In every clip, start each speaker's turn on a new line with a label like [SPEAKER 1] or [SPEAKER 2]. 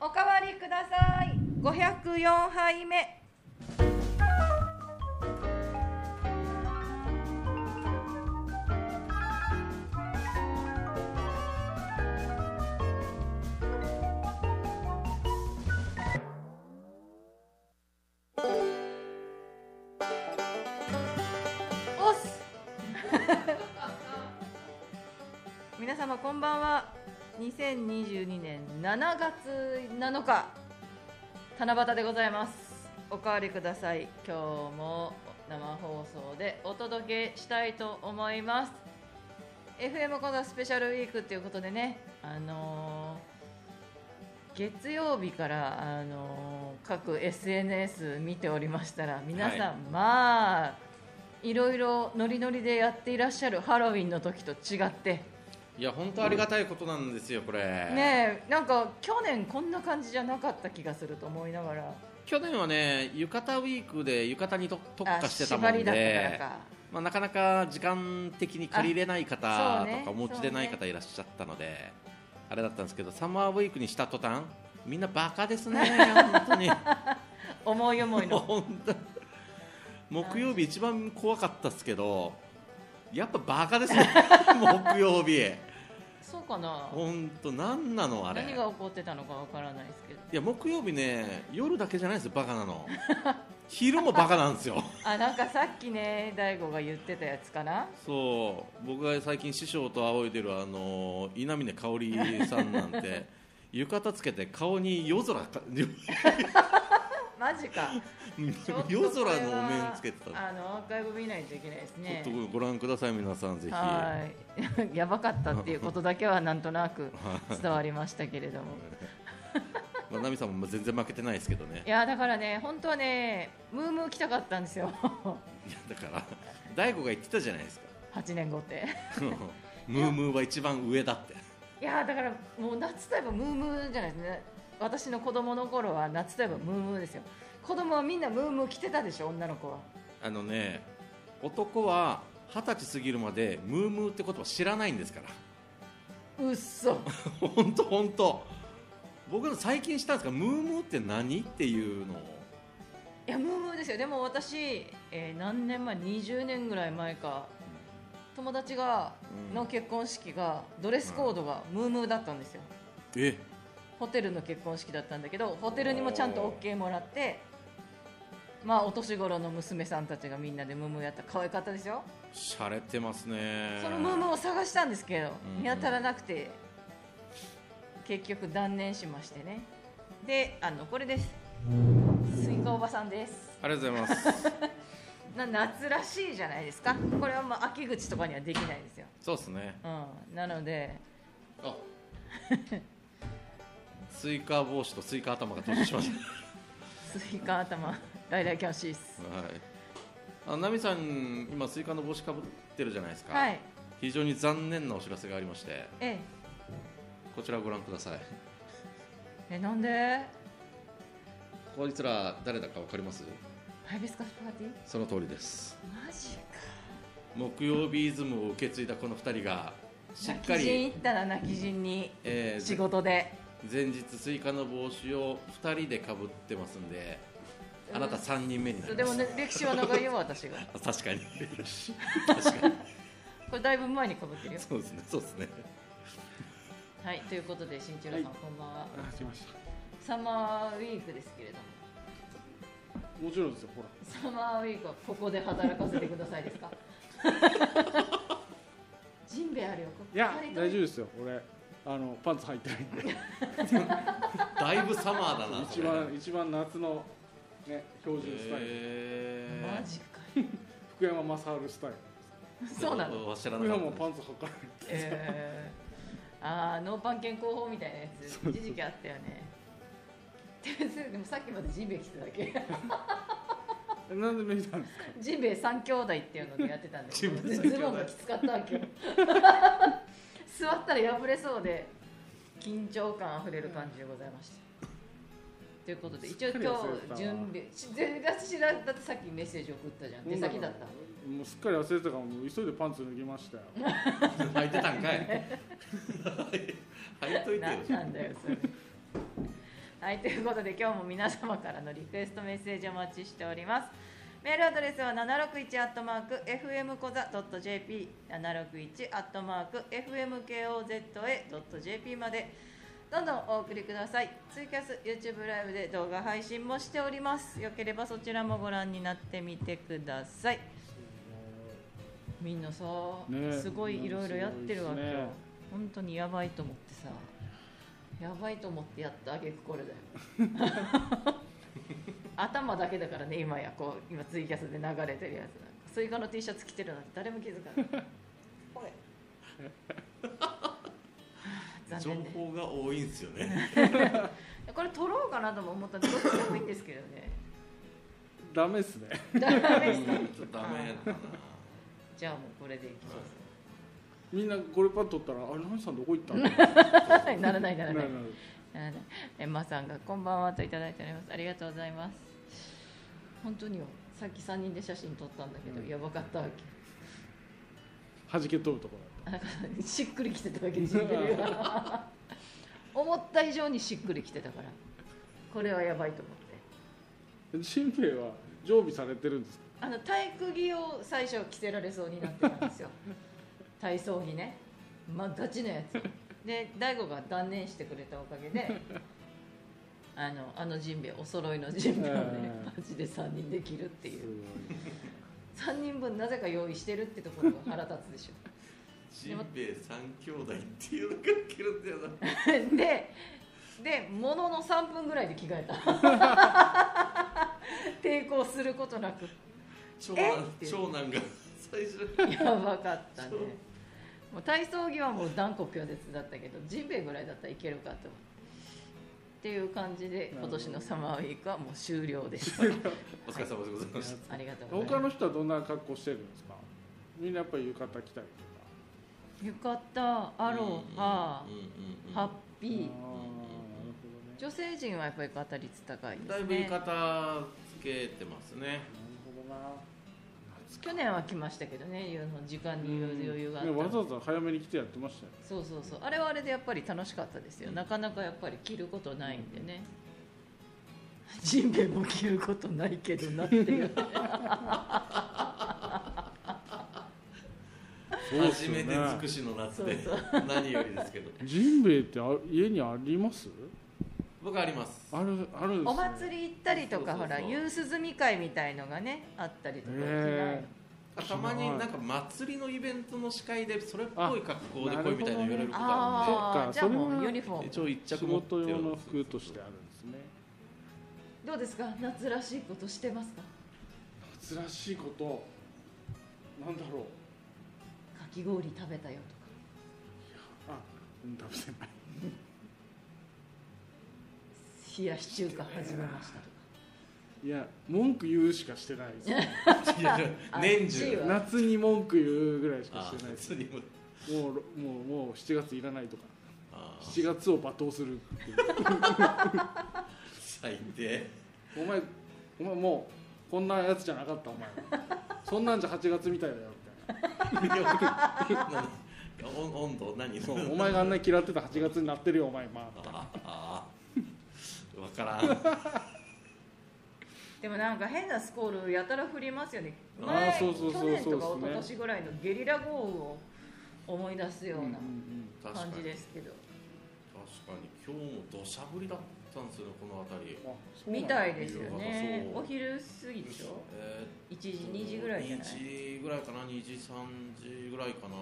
[SPEAKER 1] おかわりください504杯目おっす皆様こんばんは2022年7月7日七夕でございますおかわりください今日も生放送でお届けしたいと思います FM コザスペシャルウィークということでねあのー月曜日から、あのー各 SNS 見ておりましたら皆さん、
[SPEAKER 2] はい
[SPEAKER 1] まあいろいろノリノリでやっていらっしゃるハロウィンの時と違って
[SPEAKER 2] いや本当ありがたいことなんですよこれ
[SPEAKER 1] ねえなんか去年こんな感じじゃなかった気がすると思いながら
[SPEAKER 2] 去年はね浴衣ウィークで浴衣にと特
[SPEAKER 1] あ
[SPEAKER 2] 化してたもん
[SPEAKER 1] 縛りだった
[SPEAKER 2] で
[SPEAKER 1] からか
[SPEAKER 2] まあ、なかなか時間的に借りれない
[SPEAKER 1] あそう
[SPEAKER 2] 方
[SPEAKER 1] ね
[SPEAKER 2] とかお持ちでない方いらっしゃったのであ,、れだったんですけどサマーウィークにした途端みんなバカですね 本当に
[SPEAKER 1] 思い思い の
[SPEAKER 2] 本当木曜日一番怖かったですけどやっぱバカです ね木曜日
[SPEAKER 1] そうかな
[SPEAKER 2] 本当何なのあれ
[SPEAKER 1] 何が起こってたのかわからないですけど
[SPEAKER 2] いや木曜日ね夜だけじゃないですよバカなの 昼もバカなん ですよ
[SPEAKER 1] あなんかさっきね大悟が言ってたやつかな
[SPEAKER 2] そう僕が最近師匠と仰いでるあの稲峰香織さんなん て浴衣つけて顔に夜空か
[SPEAKER 1] マジ かちょっと
[SPEAKER 2] 夜
[SPEAKER 1] これは
[SPEAKER 2] 空のお面つけてたの
[SPEAKER 1] あのアーカイブ見ないといけないですね
[SPEAKER 2] ちょっとご覧ください皆さんぜひ
[SPEAKER 1] はい やばかったっていうことだけはなんとな く伝わりましたけれども
[SPEAKER 2] まあ、ナミさんも全然負けてないですけどね
[SPEAKER 1] いやだからね本当はねムームー来たかったんですよ
[SPEAKER 2] いやだから大悟が言ってたじゃないですか
[SPEAKER 1] 8年後って
[SPEAKER 2] ムームーは一番上だって
[SPEAKER 1] いやーだからもう夏といえばムームーじゃないですね私の子供の頃は夏といえばムームーですよ子供はみんなムームー着てたでしょ女の子は
[SPEAKER 2] あのね男は二十歳過ぎるまでムームーってことは知らないんですから
[SPEAKER 1] うっそ
[SPEAKER 2] 本当本当僕の最近したんですかムームーって何っていうのを
[SPEAKER 1] いやムームーですよでも私、えー何年前20年ぐらい前か友達が
[SPEAKER 2] うん
[SPEAKER 1] の結婚式がドレスコードがムームーだったんですよ
[SPEAKER 2] え
[SPEAKER 1] ホテルの結婚式だったんだけどホテルにもちゃんと OK もらってまあお年頃の娘さんたちがみんなでムームーやった可愛かったですよ
[SPEAKER 2] しゃれてますね
[SPEAKER 1] そのムームーを探したんですけど
[SPEAKER 2] うん
[SPEAKER 1] 見当たらなくて結局断念しましてねであのこれですスイカおばさんです
[SPEAKER 2] ありがとうござい ます
[SPEAKER 1] な夏らしいじゃないですかこれはまあ秋口とかにはできないですよ、
[SPEAKER 2] そうですね
[SPEAKER 1] うん、なので
[SPEAKER 2] あスイカ帽子とスイカ頭が登場し まし
[SPEAKER 1] スイカ頭来来キャンシーっす
[SPEAKER 2] たはいあのナミさん今スイカの帽子かぶってるじゃないですか、
[SPEAKER 1] はい
[SPEAKER 2] 非常に残念なお知らせがありまして
[SPEAKER 1] え
[SPEAKER 2] こちらをご覧ください
[SPEAKER 1] ええなんで
[SPEAKER 2] こいつら誰だかわかります
[SPEAKER 1] ハイビスカスパーティー
[SPEAKER 2] その通りです
[SPEAKER 1] マジ
[SPEAKER 2] 木曜日イズムを受け継いだこの2人がしっ
[SPEAKER 1] か
[SPEAKER 2] か
[SPEAKER 1] 泣き人
[SPEAKER 2] り
[SPEAKER 1] 行ったら泣き人に
[SPEAKER 2] えー
[SPEAKER 1] 仕事で
[SPEAKER 2] 前日スイカの帽子を2人でかぶってますんであなた3人目にな
[SPEAKER 1] そう
[SPEAKER 2] り
[SPEAKER 1] でも、
[SPEAKER 2] ます、
[SPEAKER 1] ね、歴史は長いよ私が
[SPEAKER 2] あ確かに確かに
[SPEAKER 1] これだいぶ前にかぶってるよ
[SPEAKER 2] そうですねそうですね
[SPEAKER 1] はい、ということで、新一郎さん、
[SPEAKER 3] はい
[SPEAKER 1] こんばんは。
[SPEAKER 3] 来ました
[SPEAKER 1] サマーウィークですけれども、
[SPEAKER 3] もちろんですよほら
[SPEAKER 1] サマーウィークはここで働かせてくださいです か。ジンベあるよ。
[SPEAKER 3] いや大丈夫
[SPEAKER 1] 夫。
[SPEAKER 3] ですよ俺あのパンツ履いてないんで
[SPEAKER 2] だいぶサマーだな
[SPEAKER 3] 一番一番夏のね標準スタイル、
[SPEAKER 2] え
[SPEAKER 1] マジかよ。
[SPEAKER 3] 福山雅治スタイル
[SPEAKER 1] そうなの。
[SPEAKER 2] わ知らな
[SPEAKER 3] 福
[SPEAKER 2] かった
[SPEAKER 3] 山も
[SPEAKER 2] です
[SPEAKER 3] パンツ履かない
[SPEAKER 1] えー、ああ、ノーパン健康法みたいなやつ、一時期あったよね。でもさっきまでジンベエ着てただけ
[SPEAKER 3] えなんで見たんですか
[SPEAKER 1] ジンベエ三兄弟っていうのでやってたんだけ
[SPEAKER 2] ジンベ
[SPEAKER 1] ど
[SPEAKER 2] エ三兄弟
[SPEAKER 1] ズボンがきつかったわけよ 座ったら破れそうで緊張感あふれる感じでございましたということで一応今日準備し全然私らだってさっきメッセージ送ったじゃん出先だった
[SPEAKER 3] もうすっかり忘れてたからもう急いでパンツ脱ぎましたよ
[SPEAKER 2] 履いて たんかい履いといてよ
[SPEAKER 1] 何なんだよそれはい、ということで今日も皆様からのリクエストメッセージお待ちしております。メールアドレスは761アットマーク fm コザドット jp 761アットマーク fmkoza ドット jp までどんどんお送りください。ツイキャス YouTube ライブで動画配信もしております。よければそちらもご覧になってみてください。みんなさ、
[SPEAKER 3] ね
[SPEAKER 1] すごいいろいろやってるわけよ、
[SPEAKER 3] すごいですね
[SPEAKER 1] 本当にやばいと思ってさやばいと思ってやったあげくこれだよ 頭だけだからね今やこう今ツイキャスで流れてるやつなんかスイカの T シャツ着てるなんて誰も気づかないこれ 残
[SPEAKER 2] 情
[SPEAKER 1] 念ね
[SPEAKER 2] 報が多いんですよね
[SPEAKER 1] これ撮ろうかなとも思ったんでどっちでもいいんですけど ね
[SPEAKER 3] ダメですね
[SPEAKER 1] ダメですね
[SPEAKER 2] ちょっとダメかな
[SPEAKER 1] じゃあもうこれでいきます
[SPEAKER 3] みんなこれパッと取ったら「あれナミさんどこ行ったの?」な る
[SPEAKER 1] ならないな
[SPEAKER 3] な
[SPEAKER 1] ら
[SPEAKER 3] る
[SPEAKER 1] ないあの エマさんが「こんばんは」といただいておりますありがとうございます本当によさっき3人で写真撮ったんだけど、
[SPEAKER 3] うん
[SPEAKER 1] やばかったわけ
[SPEAKER 3] 弾け飛ぶとこ
[SPEAKER 1] なんかしっくりきてたわけ死んでるよ 思った以上にしっくりきてたからこれはやばいと思って
[SPEAKER 3] だった新兵は常備されてるんですか
[SPEAKER 1] あの体育着を最初着せられそうになってたんですよ体操着ねまあガチのやつで大悟が断念してくれたおかげであのあのジンベエお揃いのジンベエをね
[SPEAKER 3] え
[SPEAKER 1] マジで3人で着るって
[SPEAKER 3] す
[SPEAKER 1] いう
[SPEAKER 3] ご
[SPEAKER 1] 3人分なぜか用意してるってところが腹立つでしょ
[SPEAKER 2] ジンベエ三兄弟っていうのがいけるんだよ な
[SPEAKER 1] ででものの3分ぐらいで着替えた抵抗することなく
[SPEAKER 2] 長
[SPEAKER 1] え
[SPEAKER 2] 男
[SPEAKER 1] って
[SPEAKER 2] 長男が最初
[SPEAKER 1] やばかったねもう体操着はもう断固拒絶だったけどジンベエぐらいだったらいけるかと思ってっていう感じで今年のサマーウィークはもう終了 でした
[SPEAKER 2] お疲れ様でございま
[SPEAKER 3] い
[SPEAKER 2] した
[SPEAKER 1] ありがとうござ
[SPEAKER 3] 他
[SPEAKER 1] いま
[SPEAKER 3] の人はどんな格好してるんですかみんなやっぱり浴衣着たりとか
[SPEAKER 1] す浴衣アロハ
[SPEAKER 2] うんうんうんうん
[SPEAKER 1] ハッピー
[SPEAKER 3] あーなるほどね
[SPEAKER 1] 女性陣はやっぱり浴衣率高い
[SPEAKER 2] だいぶ
[SPEAKER 1] で
[SPEAKER 2] 浴
[SPEAKER 1] すね
[SPEAKER 2] 衣つけてますね
[SPEAKER 3] なるほどな
[SPEAKER 1] 去年は来ましたけどね夕の時間に余裕があった
[SPEAKER 3] ねわざ
[SPEAKER 1] の
[SPEAKER 3] わざ早めに来てやってましたよ
[SPEAKER 1] そうそうそうあれはあれでやっぱり楽しかったですよなかなかやっぱり着ることないんでねジンベエも着ることないけどなっていう
[SPEAKER 3] そうっ
[SPEAKER 2] 初
[SPEAKER 3] すよ
[SPEAKER 2] め
[SPEAKER 3] ね
[SPEAKER 2] て尽くしの夏で
[SPEAKER 1] そう
[SPEAKER 2] 何よりですけど
[SPEAKER 3] ジンベエってあ家にあります
[SPEAKER 2] 僕あります
[SPEAKER 3] あるあるんですね
[SPEAKER 1] お祭り行ったりとか
[SPEAKER 2] そうそうそう
[SPEAKER 1] ほら夕涼み会みたいのがねあったりとか、
[SPEAKER 3] へ
[SPEAKER 2] たまになんか祭りのイベントの司会でそれっぽい格好で来いみたいなの言われることあ
[SPEAKER 1] ああ
[SPEAKER 3] そっか
[SPEAKER 1] じゃあ
[SPEAKER 3] それ
[SPEAKER 1] も
[SPEAKER 3] は
[SPEAKER 1] うユニフォ
[SPEAKER 2] る
[SPEAKER 1] ー
[SPEAKER 2] んで
[SPEAKER 1] ム
[SPEAKER 2] 一応一
[SPEAKER 3] 仕
[SPEAKER 2] 着持って
[SPEAKER 3] 事
[SPEAKER 2] る
[SPEAKER 3] 用の服としてあるんですね
[SPEAKER 1] どうですか夏らしいことしてますか
[SPEAKER 3] 夏らしいことなんだろう
[SPEAKER 1] かき氷食べたよ
[SPEAKER 3] あうん食べて
[SPEAKER 1] とか
[SPEAKER 3] ない
[SPEAKER 1] 冷やし中華始めましたとか
[SPEAKER 3] いや文句言うしかしてないです
[SPEAKER 2] いやいや
[SPEAKER 1] あ
[SPEAKER 2] 年
[SPEAKER 1] 暑い
[SPEAKER 2] 中
[SPEAKER 1] わ
[SPEAKER 3] 夏に文句言うぐらいしか
[SPEAKER 2] あ
[SPEAKER 3] してないです
[SPEAKER 2] 夏にも
[SPEAKER 3] もうろもうもう7月いらないとか
[SPEAKER 2] あー
[SPEAKER 3] 7月を罵倒するっていう
[SPEAKER 2] 最低
[SPEAKER 3] お前お前もうこんなやつじゃなかったお前 そんなんじゃ8月みたいだよみ
[SPEAKER 2] 温温度何
[SPEAKER 3] たいなそうお前があんなに嫌ってた8月になってるよお前まあ
[SPEAKER 2] ああ分からん
[SPEAKER 1] でもなんか変なスコールやたら降りますよね
[SPEAKER 2] あー
[SPEAKER 1] 前
[SPEAKER 3] そうそうそう
[SPEAKER 1] 去年とか
[SPEAKER 3] そう
[SPEAKER 1] 一
[SPEAKER 3] ですね
[SPEAKER 1] 昨年ぐらいのゲリラ豪雨を思い出すよ
[SPEAKER 3] うんうん
[SPEAKER 1] うな
[SPEAKER 2] 確か
[SPEAKER 1] 感じ
[SPEAKER 2] に
[SPEAKER 1] ですけど、
[SPEAKER 2] 確かに今日も土砂降りだったんですよねこの辺り
[SPEAKER 3] うんあそうなん
[SPEAKER 1] み
[SPEAKER 3] だ
[SPEAKER 1] たいですよね
[SPEAKER 2] そう
[SPEAKER 1] お昼過ぎでしょ
[SPEAKER 2] えー
[SPEAKER 1] 1時2時ぐらいじゃない
[SPEAKER 2] 2時ぐらいかな2時3時ぐらいかな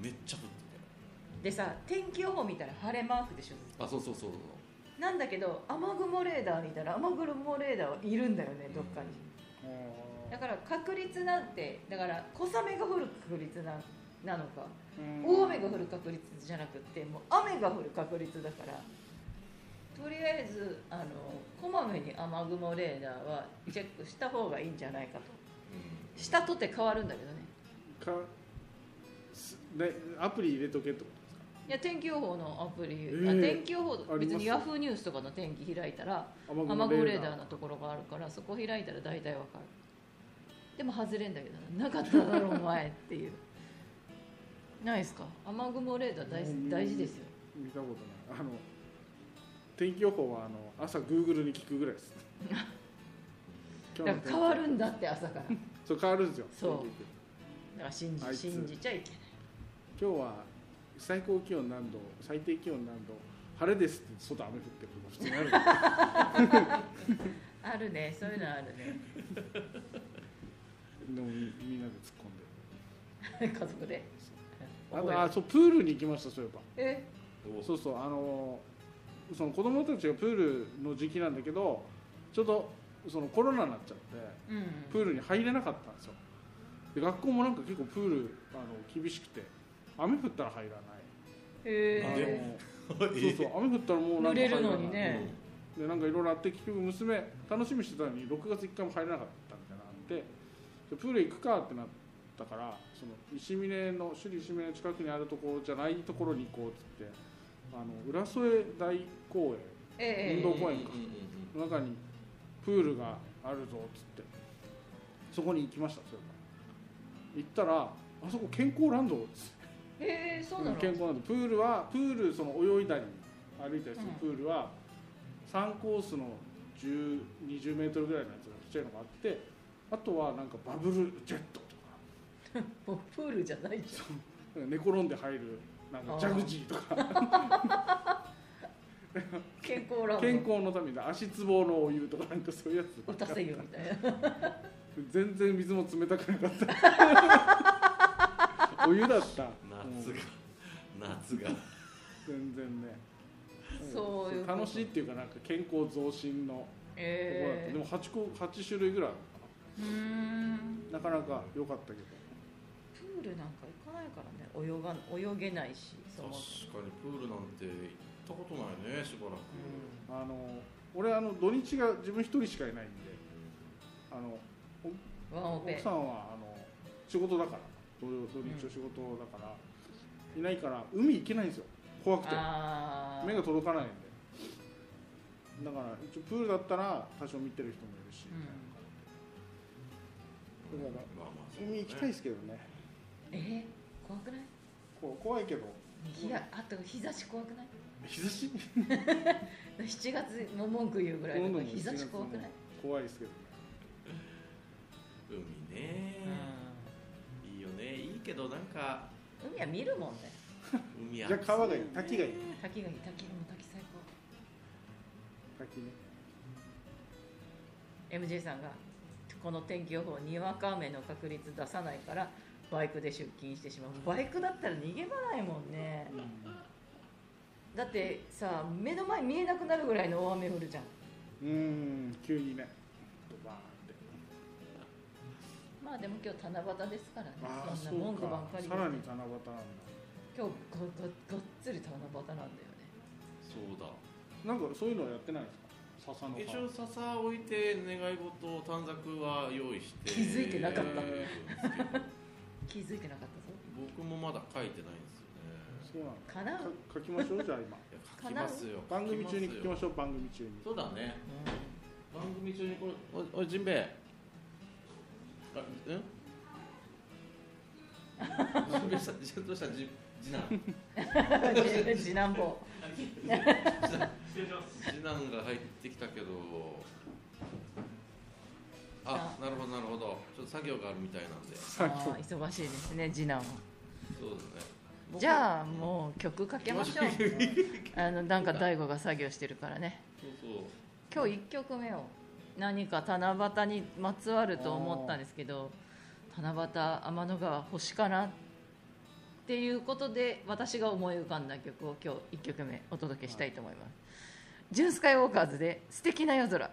[SPEAKER 2] めっちゃ降って
[SPEAKER 1] でさ天気予報見たら晴れマークでしょ
[SPEAKER 2] たあそうそうそうそう
[SPEAKER 1] なんだけど雨雲レーダー見たら雨雲レーダーはいるんだよねどっかに、
[SPEAKER 3] あ
[SPEAKER 1] だから確率なんてだから小雨が降る確率ななのか
[SPEAKER 3] ーうん
[SPEAKER 1] 大雨が降る確率じゃなくってもう雨が降る確率だからとりあえずあのこまめに雨雲レーダーはチェックした方がいいんじゃないかと
[SPEAKER 2] うん
[SPEAKER 1] したとて変わるんだけどね
[SPEAKER 3] かすでアプリ入れとけってこ
[SPEAKER 1] いや天気予報のアプリ、
[SPEAKER 3] ええ
[SPEAKER 1] あ天気予報
[SPEAKER 3] あり
[SPEAKER 1] 別
[SPEAKER 3] ます
[SPEAKER 1] にヤフーニュースとかの天気開いたら
[SPEAKER 3] と雨
[SPEAKER 1] 雨雲レーダーのところがあるからそこ開いたら大体わかるでも外れんだけどななかっただろお前っていうないですか雨雲レーダー大
[SPEAKER 3] うん
[SPEAKER 1] 大事ですよ
[SPEAKER 3] 見たことないあの天気予報はあの朝グーグルに聞くぐらいです
[SPEAKER 1] だから
[SPEAKER 3] 今日の天気
[SPEAKER 1] 変わるんだって朝からだか
[SPEAKER 3] そう変わるんですよ
[SPEAKER 1] そう
[SPEAKER 3] 天気予報
[SPEAKER 1] ら信
[SPEAKER 3] あい
[SPEAKER 1] じ
[SPEAKER 3] つ
[SPEAKER 1] 信じちゃいけない
[SPEAKER 3] 今日は最高気温何度最低気温何度晴れですって外雨降ってるのが普通にある
[SPEAKER 1] あるねそういうのあるね
[SPEAKER 3] でもみみんなで突っ込んで
[SPEAKER 1] 家族で
[SPEAKER 3] あ
[SPEAKER 1] 覚え
[SPEAKER 3] と
[SPEAKER 1] ろ
[SPEAKER 3] あそうプールに行きましたそういえば
[SPEAKER 1] え
[SPEAKER 2] お
[SPEAKER 3] そうそうあのその子供たちがプールの時期なんだけどちょっとそのコロナになっちゃって
[SPEAKER 1] うん
[SPEAKER 3] プールに入れなかったんですよで学校もなんか結構プールあの厳しくて雨降ったら入
[SPEAKER 1] へ
[SPEAKER 3] らない、
[SPEAKER 1] え
[SPEAKER 3] あのそうそう雨降ったらもうなんか
[SPEAKER 1] 濡れるのに
[SPEAKER 3] 入らない
[SPEAKER 1] ね
[SPEAKER 3] でなんかいろいろあって結局娘楽しみにしてたのに6月1回も入れなかったみたいなのあってでプール行くかってなったからその石峰の首里石峰の近くにあるところじゃないところに行こうっつってあの浦添大公園
[SPEAKER 1] ええ
[SPEAKER 3] 運動公園か
[SPEAKER 2] うんうんうん
[SPEAKER 3] の中にプールがあるぞっつってそこに行きましたそれ行ったらあそこ健康ランドっつって
[SPEAKER 1] ええそうなの
[SPEAKER 3] 健康ランドプールはプールその泳いだり歩いたりする
[SPEAKER 1] うん
[SPEAKER 3] プールは3コースの10 20メートルぐらいのやつがちっちゃいのがあってあとはなんかバブルジェットとか
[SPEAKER 1] もうプールじゃないじ
[SPEAKER 3] なんか寝転んで入るなんかジャグジーとか
[SPEAKER 1] ゃん健康ランド
[SPEAKER 3] 健康のために足つぼのお湯とかなんかそういうやつば
[SPEAKER 1] 打
[SPEAKER 3] っか
[SPEAKER 1] たせよみたいな
[SPEAKER 3] 全然水も冷たくな かった。お湯だった。
[SPEAKER 2] 夏
[SPEAKER 3] うん
[SPEAKER 2] が夏が
[SPEAKER 3] 全然ね。
[SPEAKER 1] そういうこと
[SPEAKER 3] 楽しいっていうかなんか健康増進のところだった。
[SPEAKER 1] え
[SPEAKER 3] でも八個八種類ぐらいある
[SPEAKER 1] えうーん
[SPEAKER 3] のかな。なかなか良かったけど。
[SPEAKER 1] プールなんか行かないからね泳が泳げないしそ
[SPEAKER 2] 確
[SPEAKER 1] の
[SPEAKER 2] かにプールなんて行ったことないねしばらく
[SPEAKER 3] あの俺あの土日が自分一人しかいないんで、あの
[SPEAKER 1] ワンオ
[SPEAKER 3] 奥
[SPEAKER 1] ペ
[SPEAKER 3] さんはあの仕事だから土曜土日は仕事だから、いないから海行けないんですよ。怖くて。
[SPEAKER 1] ああ
[SPEAKER 3] 目が届かないんでだから一応プールだったら多少見てる人もいるし、
[SPEAKER 2] うん
[SPEAKER 3] だから
[SPEAKER 2] まあまあ
[SPEAKER 3] 海行きたいですけどね
[SPEAKER 1] えー、怖くない
[SPEAKER 3] こう怖いけど
[SPEAKER 1] 日があと日差し怖くない
[SPEAKER 3] 日差し
[SPEAKER 1] 7月の文句言うぐらいだから日差し怖くない、
[SPEAKER 3] 怖いですけどね
[SPEAKER 2] 海ねいいよねいいけどなんか
[SPEAKER 1] うん、海は見るもんね
[SPEAKER 2] 海
[SPEAKER 3] じゃあ川がいい
[SPEAKER 2] 暑よね
[SPEAKER 3] 滝がいい
[SPEAKER 1] 滝がいい滝もう滝最高
[SPEAKER 3] 滝ね
[SPEAKER 1] MJ さんがこの天気予報にわか雨の確率出さないからバイクで出勤してしまうバイクだったら逃げ場ないもんねだってさ目の前見えなくなるぐらいの大雨降るじゃん
[SPEAKER 3] うんうん急にねドバーンって
[SPEAKER 1] まあでも今日七夕ですからね
[SPEAKER 3] ああ
[SPEAKER 1] そ
[SPEAKER 3] そ
[SPEAKER 1] んな文
[SPEAKER 3] う
[SPEAKER 1] 句ばっ
[SPEAKER 3] か
[SPEAKER 1] かり言って
[SPEAKER 3] さらに七夕なんだ
[SPEAKER 1] 今日がががっつり七夕なんだよね
[SPEAKER 2] そうだ
[SPEAKER 3] なんかそういうのはやってないですか笹の
[SPEAKER 2] 一
[SPEAKER 3] 葉
[SPEAKER 2] 応笹置いて願い事を短冊は用意して
[SPEAKER 1] 気づいてなかった
[SPEAKER 2] るんですけど
[SPEAKER 1] 気づいてなかったぞ
[SPEAKER 2] 僕もまだ書いてないんですよね
[SPEAKER 3] そうなんだ
[SPEAKER 1] かなう
[SPEAKER 3] か
[SPEAKER 1] ん
[SPEAKER 3] 書きましょうじゃあ 今
[SPEAKER 2] いや書きますよ
[SPEAKER 3] 番組中に書き
[SPEAKER 2] すよ
[SPEAKER 3] ましょう番組中に
[SPEAKER 2] そうだね番組中にこれおいおいジンベエあうん ジンベエさんじゃどうしたじ次男
[SPEAKER 1] 次男坊
[SPEAKER 2] 次男が入ってきたけどあなるほどなるほどちょっと作業があるみたいなんでそ
[SPEAKER 1] あー忙しいですね次男は
[SPEAKER 2] うだね僕
[SPEAKER 1] じゃあもう曲かけましょうあのなんか大悟が作業してるからね
[SPEAKER 2] そうそう
[SPEAKER 1] 今日1曲目を何か七夕にまつわると思ったんですけど七夕天の川星かなっていうことで私が思い浮かんだ曲を今日1曲目お届けしたいと思います、ジュンスカイウォーカーズで「素敵な夜空」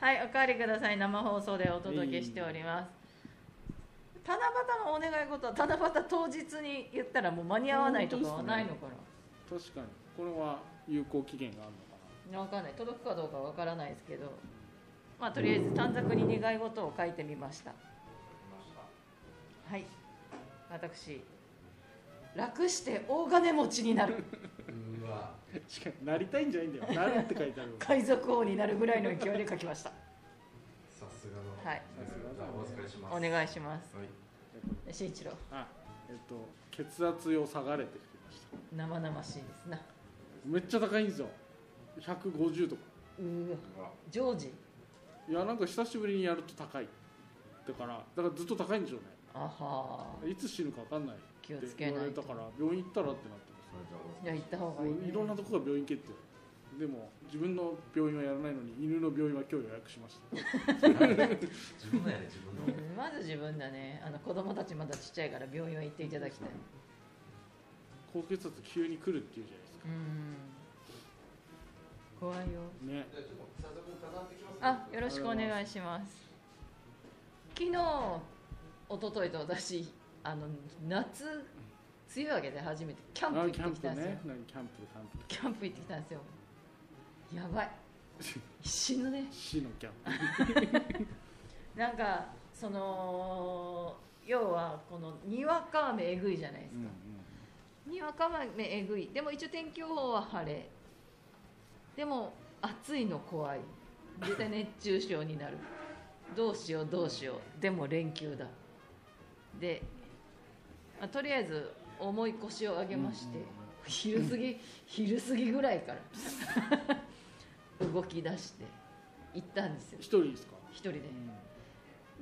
[SPEAKER 1] はいおかわりください生放送でお届けしております、七夕のお願い事は七夕当日に言ったらもう間に合わないとかはないのか
[SPEAKER 3] 確かにこれは有効期限がある
[SPEAKER 1] な
[SPEAKER 3] のかな
[SPEAKER 1] 分かんない届くかどうかわからないですけどまあとりあえず短冊に願い事を書いてみましたはい私楽して大金持ちになる
[SPEAKER 2] うわ
[SPEAKER 3] 確かになりたいんじゃないんだよな るって書いてある
[SPEAKER 1] 海賊王になるぐらいの勢い で書きました
[SPEAKER 2] さすがの
[SPEAKER 1] はい
[SPEAKER 3] さすがだ
[SPEAKER 2] お疲れします
[SPEAKER 1] お願いします
[SPEAKER 2] はい
[SPEAKER 3] えっと
[SPEAKER 1] 慎一郎
[SPEAKER 3] あえっと、血圧を下がれてきました
[SPEAKER 1] 生々しいですな
[SPEAKER 3] めっちゃ高いんですよ150とか
[SPEAKER 1] うわジョージ
[SPEAKER 3] いやなんか久しぶりにやると高いだからだからずっと高いんでしょう
[SPEAKER 1] あはー
[SPEAKER 3] ねいつ死ぬか分かんない
[SPEAKER 1] 気を
[SPEAKER 3] って
[SPEAKER 1] つけ
[SPEAKER 3] 言わ
[SPEAKER 1] ない
[SPEAKER 3] れ
[SPEAKER 1] と
[SPEAKER 3] たから病院行ったらってなって
[SPEAKER 1] いや行った方
[SPEAKER 3] ます
[SPEAKER 1] がいい、ね、
[SPEAKER 3] もういろんなとこが病院決定でも自分の病院はやらないのに犬の病院は今日予約しました
[SPEAKER 4] 自分のやね自分の
[SPEAKER 1] うんまず自分だねあの子供たちまだちっちゃいから病院は行っていただきたい
[SPEAKER 3] 高血圧急に来るっていうじゃないですか
[SPEAKER 1] うん怖いよ
[SPEAKER 3] ね
[SPEAKER 1] あよろしくお願いします昨日一昨日と私あの夏梅雨明けで初めてキャンプ行
[SPEAKER 3] あ
[SPEAKER 1] って
[SPEAKER 3] キャン
[SPEAKER 1] き
[SPEAKER 3] プ
[SPEAKER 1] たんですよ
[SPEAKER 3] ね何キャンプキャンプ
[SPEAKER 1] キャンプ行ってきたんですよやばい死ぬね
[SPEAKER 3] 死のキャンプ
[SPEAKER 1] なんかその要はこのにわか雨えぐいじゃないです
[SPEAKER 3] う
[SPEAKER 1] か、
[SPEAKER 3] ん
[SPEAKER 1] にわか雨えぐいでも一応天気予報は晴れでも暑いの怖い絶対熱中症になるどうしようどうしようでも連休だで、まあとりあえず重い腰を上げまして、
[SPEAKER 3] うんうんうん
[SPEAKER 1] 昼過ぎ昼過ぎぐらいから動き出して行ったんですよ
[SPEAKER 3] 一人ですか、
[SPEAKER 1] 一人で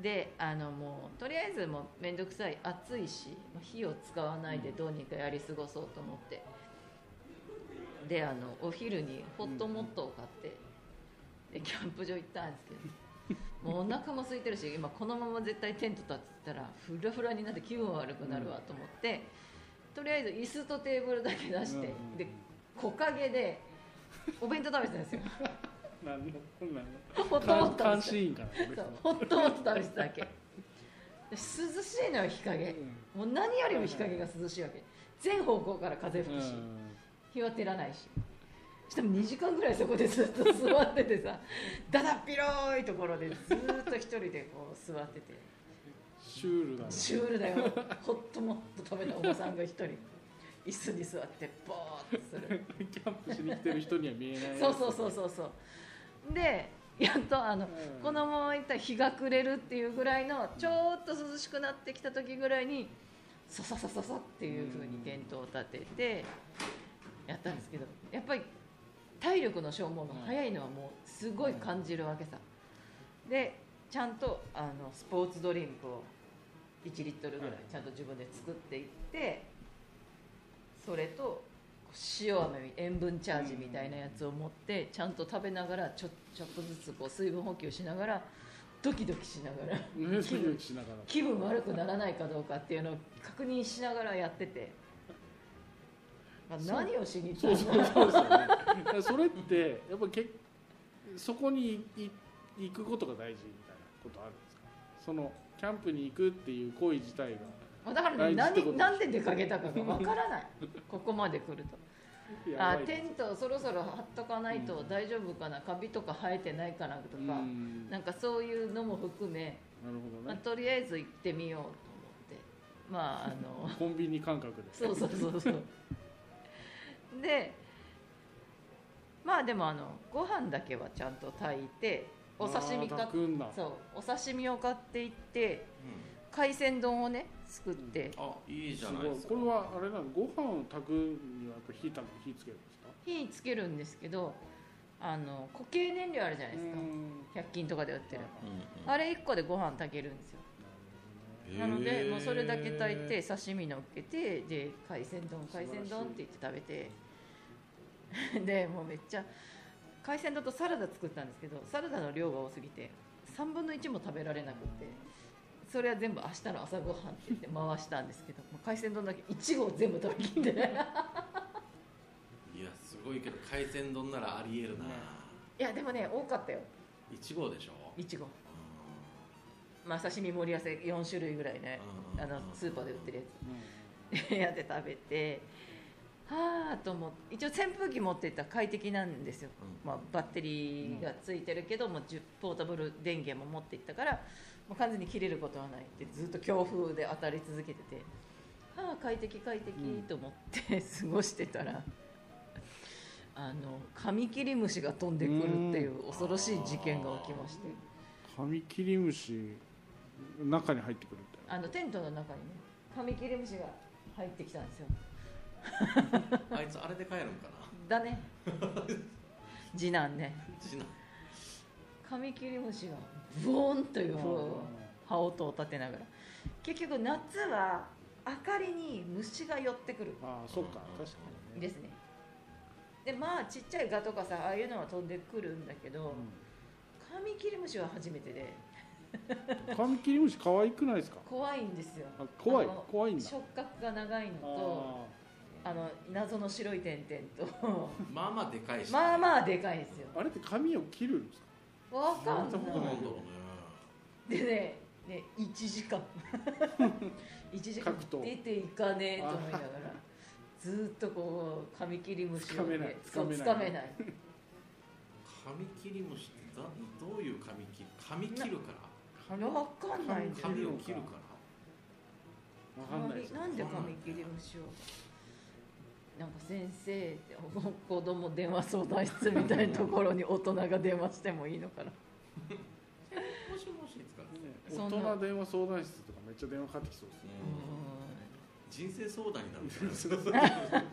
[SPEAKER 1] であのもうとりあえずもう面倒くさい暑いしまあ火を使わないでどうにかやり過ごそうと思って、であのお昼にホットモットを買って、でキャンプ場行ったんですけどもうお腹も空いてるし今このまま絶対テント立ってたらフラフラになって気分悪くなるわと思って、とりあえず椅子とテーブルだけ出して、
[SPEAKER 3] うんうんうん
[SPEAKER 1] で木陰でお弁当食べてたん ですよ
[SPEAKER 3] 何の何
[SPEAKER 1] ホットモッ
[SPEAKER 3] の
[SPEAKER 1] トを
[SPEAKER 3] 監
[SPEAKER 1] して
[SPEAKER 3] 視員からね
[SPEAKER 1] そうほっともっと食べてたわけで涼しいのよ日陰もう何よりも日陰が涼しいわけ全方向から風
[SPEAKER 3] う
[SPEAKER 1] 吹
[SPEAKER 3] ん
[SPEAKER 1] くし、日は照らないししかも2時間ぐらいそこでずっと座っててさだだっ広いところでずーっと一人でこう座ってて
[SPEAKER 3] シュールだね
[SPEAKER 1] シュールだよほっともっと食べたおばさんが一人椅子に座ってボーっとする
[SPEAKER 3] キャンプしに来てる人には見えない
[SPEAKER 1] そうそうそうそうそうでやっとあの、
[SPEAKER 3] うん
[SPEAKER 1] このままいったら日が暮れるっていうぐらいのちょっと涼しくなってきた時ぐらいにさささささっていうふうにテントを立ててやったんですけどやっぱり体力の消耗が早いのはもうすごい感じるわけさでちゃんとあのスポーツドリンクを1リットルぐらいちゃんと自分で作っていってそれとこう塩飴塩分チャージみたいなやつを持ってちゃんと食べながらちょちょっとずつこう水分補給しながらドキドキしながら
[SPEAKER 3] ねドキドキしながら
[SPEAKER 1] 気分悪くならないかどうかっていうのを確認しながらやってて、まあ、
[SPEAKER 3] そう
[SPEAKER 1] 何をしに行った
[SPEAKER 3] そ
[SPEAKER 1] ん
[SPEAKER 3] う
[SPEAKER 1] だ
[SPEAKER 3] そうそうですよねだからそれってやっぱけそこにい行くことが大事みたいなことあるんですかそのキャンプに行くっていう行為自体が
[SPEAKER 1] まあだからね
[SPEAKER 3] 大事ってこと
[SPEAKER 1] 何なんで出かけたかがわから ないここまで来るとあ
[SPEAKER 3] やばい
[SPEAKER 1] テントそろそろ張っとかないと大丈夫かなカビとか生えてないかなと
[SPEAKER 3] うん
[SPEAKER 1] か、
[SPEAKER 3] な
[SPEAKER 1] なんかそういうのも含め、
[SPEAKER 3] るほ
[SPEAKER 1] ま
[SPEAKER 3] ど
[SPEAKER 1] あ、
[SPEAKER 3] ね
[SPEAKER 1] とりあえず行ってみようと思ってまああの
[SPEAKER 3] コンビニ感覚で
[SPEAKER 1] そうそうそうそうでまあでもあのご飯だけはちゃんと炊いてお刺身
[SPEAKER 3] あー
[SPEAKER 1] 買っ
[SPEAKER 3] 炊くんだ
[SPEAKER 1] そうお刺身を買っていって海鮮丼をね作って
[SPEAKER 2] あいいじ
[SPEAKER 3] す
[SPEAKER 2] ゃ
[SPEAKER 3] ご
[SPEAKER 2] ない
[SPEAKER 3] い
[SPEAKER 2] ですか
[SPEAKER 3] これはあれなのご飯を炊くにはやっぱ火炊く火つけるんですか
[SPEAKER 1] 火つけるんですけどあの固形燃料あるじゃないですか
[SPEAKER 3] うん
[SPEAKER 1] 100均とかで売ってる
[SPEAKER 2] うんうん
[SPEAKER 1] あれ1個でご飯炊けるんですよなのでもうそれだけ炊いて刺身のっけてで海鮮丼海鮮丼って言って食べて でもうめっちゃ海鮮丼とサラダ作ったんですけどサラダの量が多すぎて3分の1も食べられなくてそれは全部明日の朝ごはんって言って回したんですけど もう海鮮丼だけ1合全部食べきって
[SPEAKER 2] いやすごいけど海鮮丼ならありえるない
[SPEAKER 1] やでもね多かったよ
[SPEAKER 2] 1号でしょ
[SPEAKER 1] 1合まあ刺身盛り合わせ4種類ぐらいねあのスーパーで売ってるやつ やって食べてはあと思って一応扇風機持ってったら快適なんですよ、
[SPEAKER 2] うん
[SPEAKER 1] まあ、バッテリーがついてるけど、もうじゅポータブル電源も持っていったからもう完全に切れることはないってずっと強風で当たり続けててはあ快適快適
[SPEAKER 3] うん
[SPEAKER 1] と思って過ごしてたら。あのカミキリムシが飛んでくるっていう恐ろしい事件が起きまして
[SPEAKER 3] カミキリムシ中に入ってくるみたいな
[SPEAKER 1] あのテントの中にねカミキリムシが入ってきたんですよ
[SPEAKER 2] あいつあれで帰るんか
[SPEAKER 1] だね次男ね
[SPEAKER 2] なしな
[SPEAKER 1] カミキリムシがブオンという羽音を立てながら結局夏は明かりに虫が寄ってくる
[SPEAKER 3] ああそっか確かにね
[SPEAKER 1] ですねでまあちっちゃいガとかさああいうのは飛んでくるんだけどカミキリムシは初めてで
[SPEAKER 3] うんカミキリムシ可愛くないですか
[SPEAKER 1] 怖いんですよ
[SPEAKER 3] あ怖い
[SPEAKER 1] あの
[SPEAKER 3] 怖いんだ
[SPEAKER 1] 触覚が長いのと
[SPEAKER 3] あ
[SPEAKER 1] あの謎の白い点々と
[SPEAKER 2] まあまあでかいし
[SPEAKER 1] まあ
[SPEAKER 2] あ
[SPEAKER 1] まあでかいですよ
[SPEAKER 3] ーあれって髪を切るんですか
[SPEAKER 1] わかん
[SPEAKER 3] そんなこと
[SPEAKER 1] な
[SPEAKER 3] ないい
[SPEAKER 1] でねね1時 間一時間
[SPEAKER 3] 格闘
[SPEAKER 1] 出ていかねえと思いながらずーっとこうカミキリムシをね
[SPEAKER 3] つか
[SPEAKER 1] そう
[SPEAKER 3] めないつ
[SPEAKER 1] つか
[SPEAKER 3] か
[SPEAKER 1] め
[SPEAKER 3] め
[SPEAKER 1] な
[SPEAKER 3] ない
[SPEAKER 2] カミキリムシってだどういうカミキリカミ切るから
[SPEAKER 3] 髪
[SPEAKER 1] わかんないんだよ
[SPEAKER 2] 髪を切るか
[SPEAKER 3] わかんないです
[SPEAKER 1] なんでカミキリムシをなんか先生って子供電話相談室みたいなところに大人が電話してもいいのかな
[SPEAKER 2] らもしもしってか
[SPEAKER 3] ね
[SPEAKER 1] そ
[SPEAKER 3] 大
[SPEAKER 1] んな
[SPEAKER 3] 人電話相談室とかめっちゃ電話かかってきそうですね
[SPEAKER 2] 人生相談になる から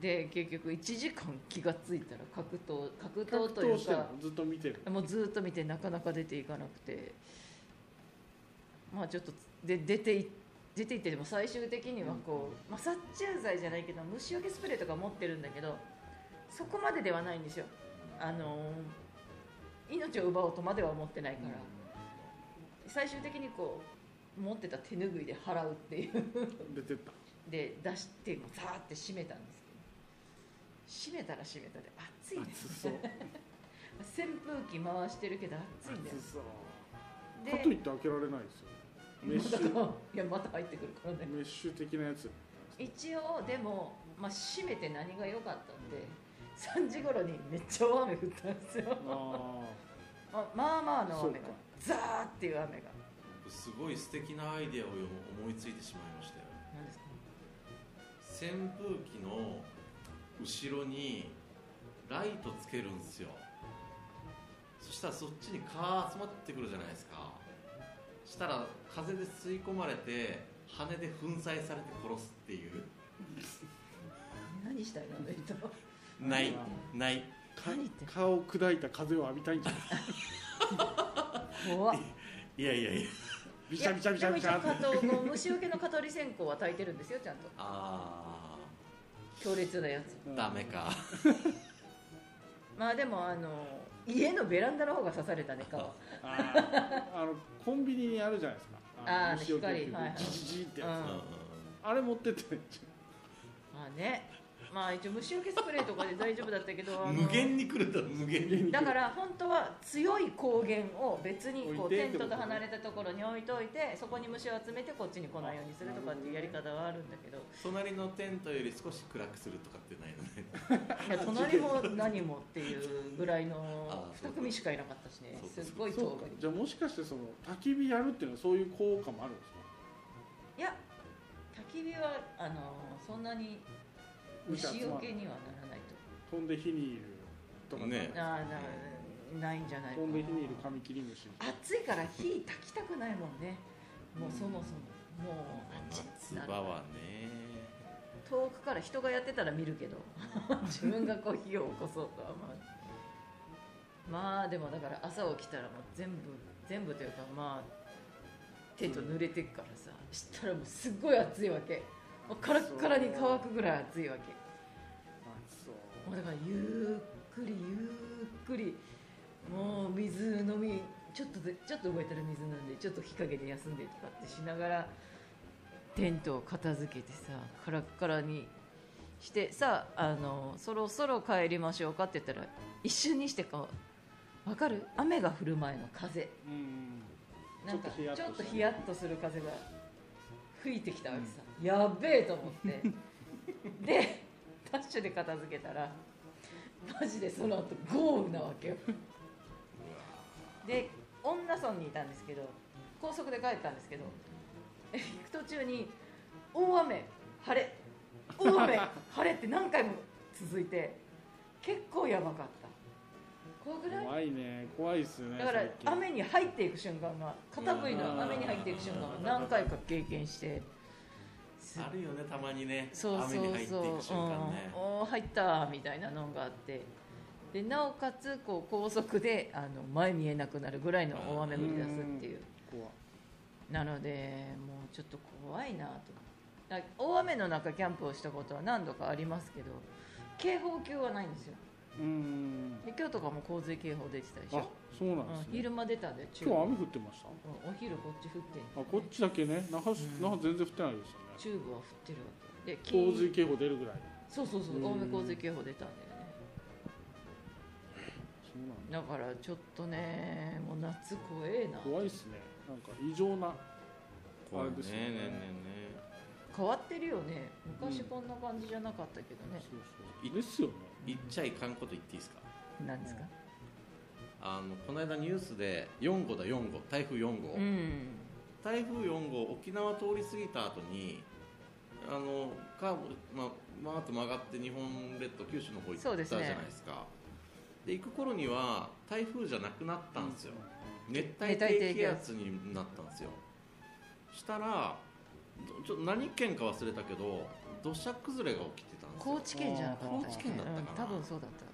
[SPEAKER 1] で結局1時間気がついたら格闘格闘と
[SPEAKER 3] 格
[SPEAKER 1] い
[SPEAKER 3] 闘
[SPEAKER 1] う
[SPEAKER 3] してる
[SPEAKER 1] か
[SPEAKER 3] のずっと見 てる
[SPEAKER 1] もうずーっと見てなかなか出ていかなくてまあちょっとで出てい出ていってでも最終的にはこう、まあ、殺虫剤じゃないけど虫除けスプレーとか持ってるんだけどそこまでではないんですよあのー命を奪おうとまでは思ってないから、最終的にこう持ってた手拭いで払うっていう
[SPEAKER 3] 出てった
[SPEAKER 1] で出してもうザーって閉めたんですけど閉めたら閉めたで暑いね
[SPEAKER 3] 熱そう
[SPEAKER 1] 扇風機回してるけど暑いんだよ
[SPEAKER 3] 熱そう
[SPEAKER 1] で
[SPEAKER 3] かといって開けられないですよメッシ
[SPEAKER 1] ま
[SPEAKER 3] ュ
[SPEAKER 1] だかいやまた入ってくるからね
[SPEAKER 3] メッシュ的な やつ
[SPEAKER 1] 一応でも、まあ、閉めて何が良かったんで3時頃にめっちゃ大雨降ったんですよ
[SPEAKER 3] ああ
[SPEAKER 1] まあまあまあの雨が
[SPEAKER 3] そうか
[SPEAKER 1] ザーっていう雨が
[SPEAKER 2] すごい素敵なアイデアを思いついてしまいましたよ
[SPEAKER 1] 何ですか
[SPEAKER 2] 扇風機の後ろにライトつけるんですよそしたらそっちに蚊集まってくるじゃないですかしたら風で吸い込まれて羽で粉砕されて殺すっていう
[SPEAKER 1] 何したいのあの人
[SPEAKER 2] ないない
[SPEAKER 3] か
[SPEAKER 1] 何言ってんの
[SPEAKER 3] 顔を砕いた風を浴びたいんじゃない
[SPEAKER 1] 怖っ
[SPEAKER 2] いやいやいや
[SPEAKER 3] ビシャビシャビシャビシャ
[SPEAKER 1] いやでも一応蚊取虫除けの蚊取り線香は焚いてるんですよちゃんと
[SPEAKER 2] あ
[SPEAKER 1] 強烈なやつ
[SPEAKER 3] う
[SPEAKER 2] ー
[SPEAKER 3] ん
[SPEAKER 2] ダメか
[SPEAKER 1] まあでもあの家のベランダの方が刺されたね蚊は
[SPEAKER 3] あーあのコンビニにあるじゃないですか
[SPEAKER 1] あー
[SPEAKER 3] 虫除けっていう
[SPEAKER 1] 光はいはい
[SPEAKER 3] ジジジってやつ、
[SPEAKER 1] うん
[SPEAKER 3] あれ持ってって
[SPEAKER 1] まあねまあ一応虫除けスプレーとかで大丈夫だったけどあ
[SPEAKER 2] う
[SPEAKER 1] の
[SPEAKER 2] ん無限に来るんだろ無限に
[SPEAKER 1] だから本当は強い光源を別にこう
[SPEAKER 3] 置いて
[SPEAKER 1] テ
[SPEAKER 3] っ
[SPEAKER 1] ン
[SPEAKER 3] てこと
[SPEAKER 1] トと離れたところに置いといてそこに虫を集めてこっちに来ないようにするとかっていうやり方はあるんだ けど
[SPEAKER 2] 隣のテントより少し暗くするとかってないのね
[SPEAKER 1] いや隣も何もっていうぐらいの
[SPEAKER 2] あ
[SPEAKER 1] 2組しかいなかったしね
[SPEAKER 2] そう
[SPEAKER 1] す
[SPEAKER 2] か
[SPEAKER 1] っごい
[SPEAKER 3] そう
[SPEAKER 1] 遠
[SPEAKER 3] か
[SPEAKER 1] くに
[SPEAKER 3] じゃあもしかしてその焚き火やるっていうのはそういう効果もあるんですか
[SPEAKER 1] いや焚き火はあのそんなに虫除けにはならないと
[SPEAKER 3] 飛んで火にいるとか
[SPEAKER 2] ね
[SPEAKER 1] あーなないんじゃないか
[SPEAKER 3] 飛ん
[SPEAKER 1] な
[SPEAKER 3] で火にいるカミキリムシ
[SPEAKER 1] 暑いから火炊きたくないもんねもうそもそももうあっちって
[SPEAKER 2] 夏
[SPEAKER 1] なる
[SPEAKER 2] 場はね
[SPEAKER 1] 遠くから人がやってたら見るけど自分がこう火を起こそうとはまあまあでもだから朝起きたらもう全部全部というかまあテント濡れてっからさしたらもうすっごい暑いわけもうカラッカラに乾くぐらい暑いわけ
[SPEAKER 3] そ
[SPEAKER 1] もう
[SPEAKER 3] う
[SPEAKER 1] だからゆっくりゆっくりもう水飲みちょっとでちょっと動いたら水飲んでちょっと日陰で休んでとかってしながらテントを片付けてさカラッカラにしてさあのそろそろ帰りましょうかって言ったら一瞬にしてかわかる雨が降る前の風
[SPEAKER 3] うん
[SPEAKER 1] なんか
[SPEAKER 3] ちょっとヒヤッと
[SPEAKER 1] ち
[SPEAKER 3] す
[SPEAKER 1] ょ
[SPEAKER 3] る
[SPEAKER 1] っとヒヤッとする風が吹いてきたわけさ、やっべえと思ってでダッシュで片付けたらマジでその後豪雨なわけよで恩納村にいたんですけど高速で帰ったんですけどえ行く途中に大雨晴れ 大雨晴れって何回も続いて結構やばかったここぐらい
[SPEAKER 3] 怖いね怖いですよね
[SPEAKER 1] だから
[SPEAKER 3] 最近
[SPEAKER 1] 雨に入っていく瞬間が片栗の雨に入っていく瞬間を何回か経験してす
[SPEAKER 2] あるよねたまにね
[SPEAKER 1] そうそうそう
[SPEAKER 2] 雨に入っていく瞬間ね
[SPEAKER 1] うん、おー入ったみたいなのがあってでなおかつこう高速であの前見えなくなるぐらいの大雨降り出すっていう
[SPEAKER 3] 怖い
[SPEAKER 1] なのでもうちょっと怖いなとだ大雨の中キャンプをしたことは何度かありますけど警報級はないんですよ
[SPEAKER 3] うーん
[SPEAKER 1] で今日とかも洪水警報出てたでし
[SPEAKER 3] あ
[SPEAKER 1] ょ、
[SPEAKER 3] そうなん
[SPEAKER 1] うん
[SPEAKER 3] です、ね
[SPEAKER 1] 昼間出たんで中
[SPEAKER 3] 今日
[SPEAKER 1] 部
[SPEAKER 3] 雨降ってました
[SPEAKER 1] うんお昼こっち降ってん
[SPEAKER 3] あこっちだけね那覇市
[SPEAKER 1] うん
[SPEAKER 3] 那覇全然降ってないですよね
[SPEAKER 1] 中部は降ってるわけで金
[SPEAKER 3] 洪水警報出るぐらい
[SPEAKER 1] そうそうそう
[SPEAKER 3] うん
[SPEAKER 1] 青梅洪水警報出たんだよね
[SPEAKER 3] そうなんだ
[SPEAKER 1] だからちょっとねもう夏怖えな
[SPEAKER 3] 怖いですねなんか異常な
[SPEAKER 2] 怖い
[SPEAKER 3] あれですよね
[SPEAKER 2] ねねねね
[SPEAKER 1] 変わってるよね昔こんな感じじゃなかったけど
[SPEAKER 3] そう
[SPEAKER 1] ね、
[SPEAKER 3] そうですよね
[SPEAKER 2] 言っちゃいかんこと言っていいですか
[SPEAKER 1] なんですか
[SPEAKER 2] あのこの間ニュースで4号だ4号台風4号、
[SPEAKER 1] うん
[SPEAKER 2] 台風4号沖縄通り過ぎた後にあのカーブまあまあと曲がって日本列島九州の方行った
[SPEAKER 1] そう
[SPEAKER 2] じ
[SPEAKER 1] で
[SPEAKER 2] ゃ
[SPEAKER 1] すね
[SPEAKER 2] ないですかで行く頃には台風じゃなくなったんですよ、熱帯低気圧になったんですよしたらどちょっと何県か忘れたけど土砂崩れが起きてたんです
[SPEAKER 1] 高
[SPEAKER 2] よ
[SPEAKER 1] 知県じゃなかったっけ
[SPEAKER 2] 高知県だったかな
[SPEAKER 1] うん多分そうだったんで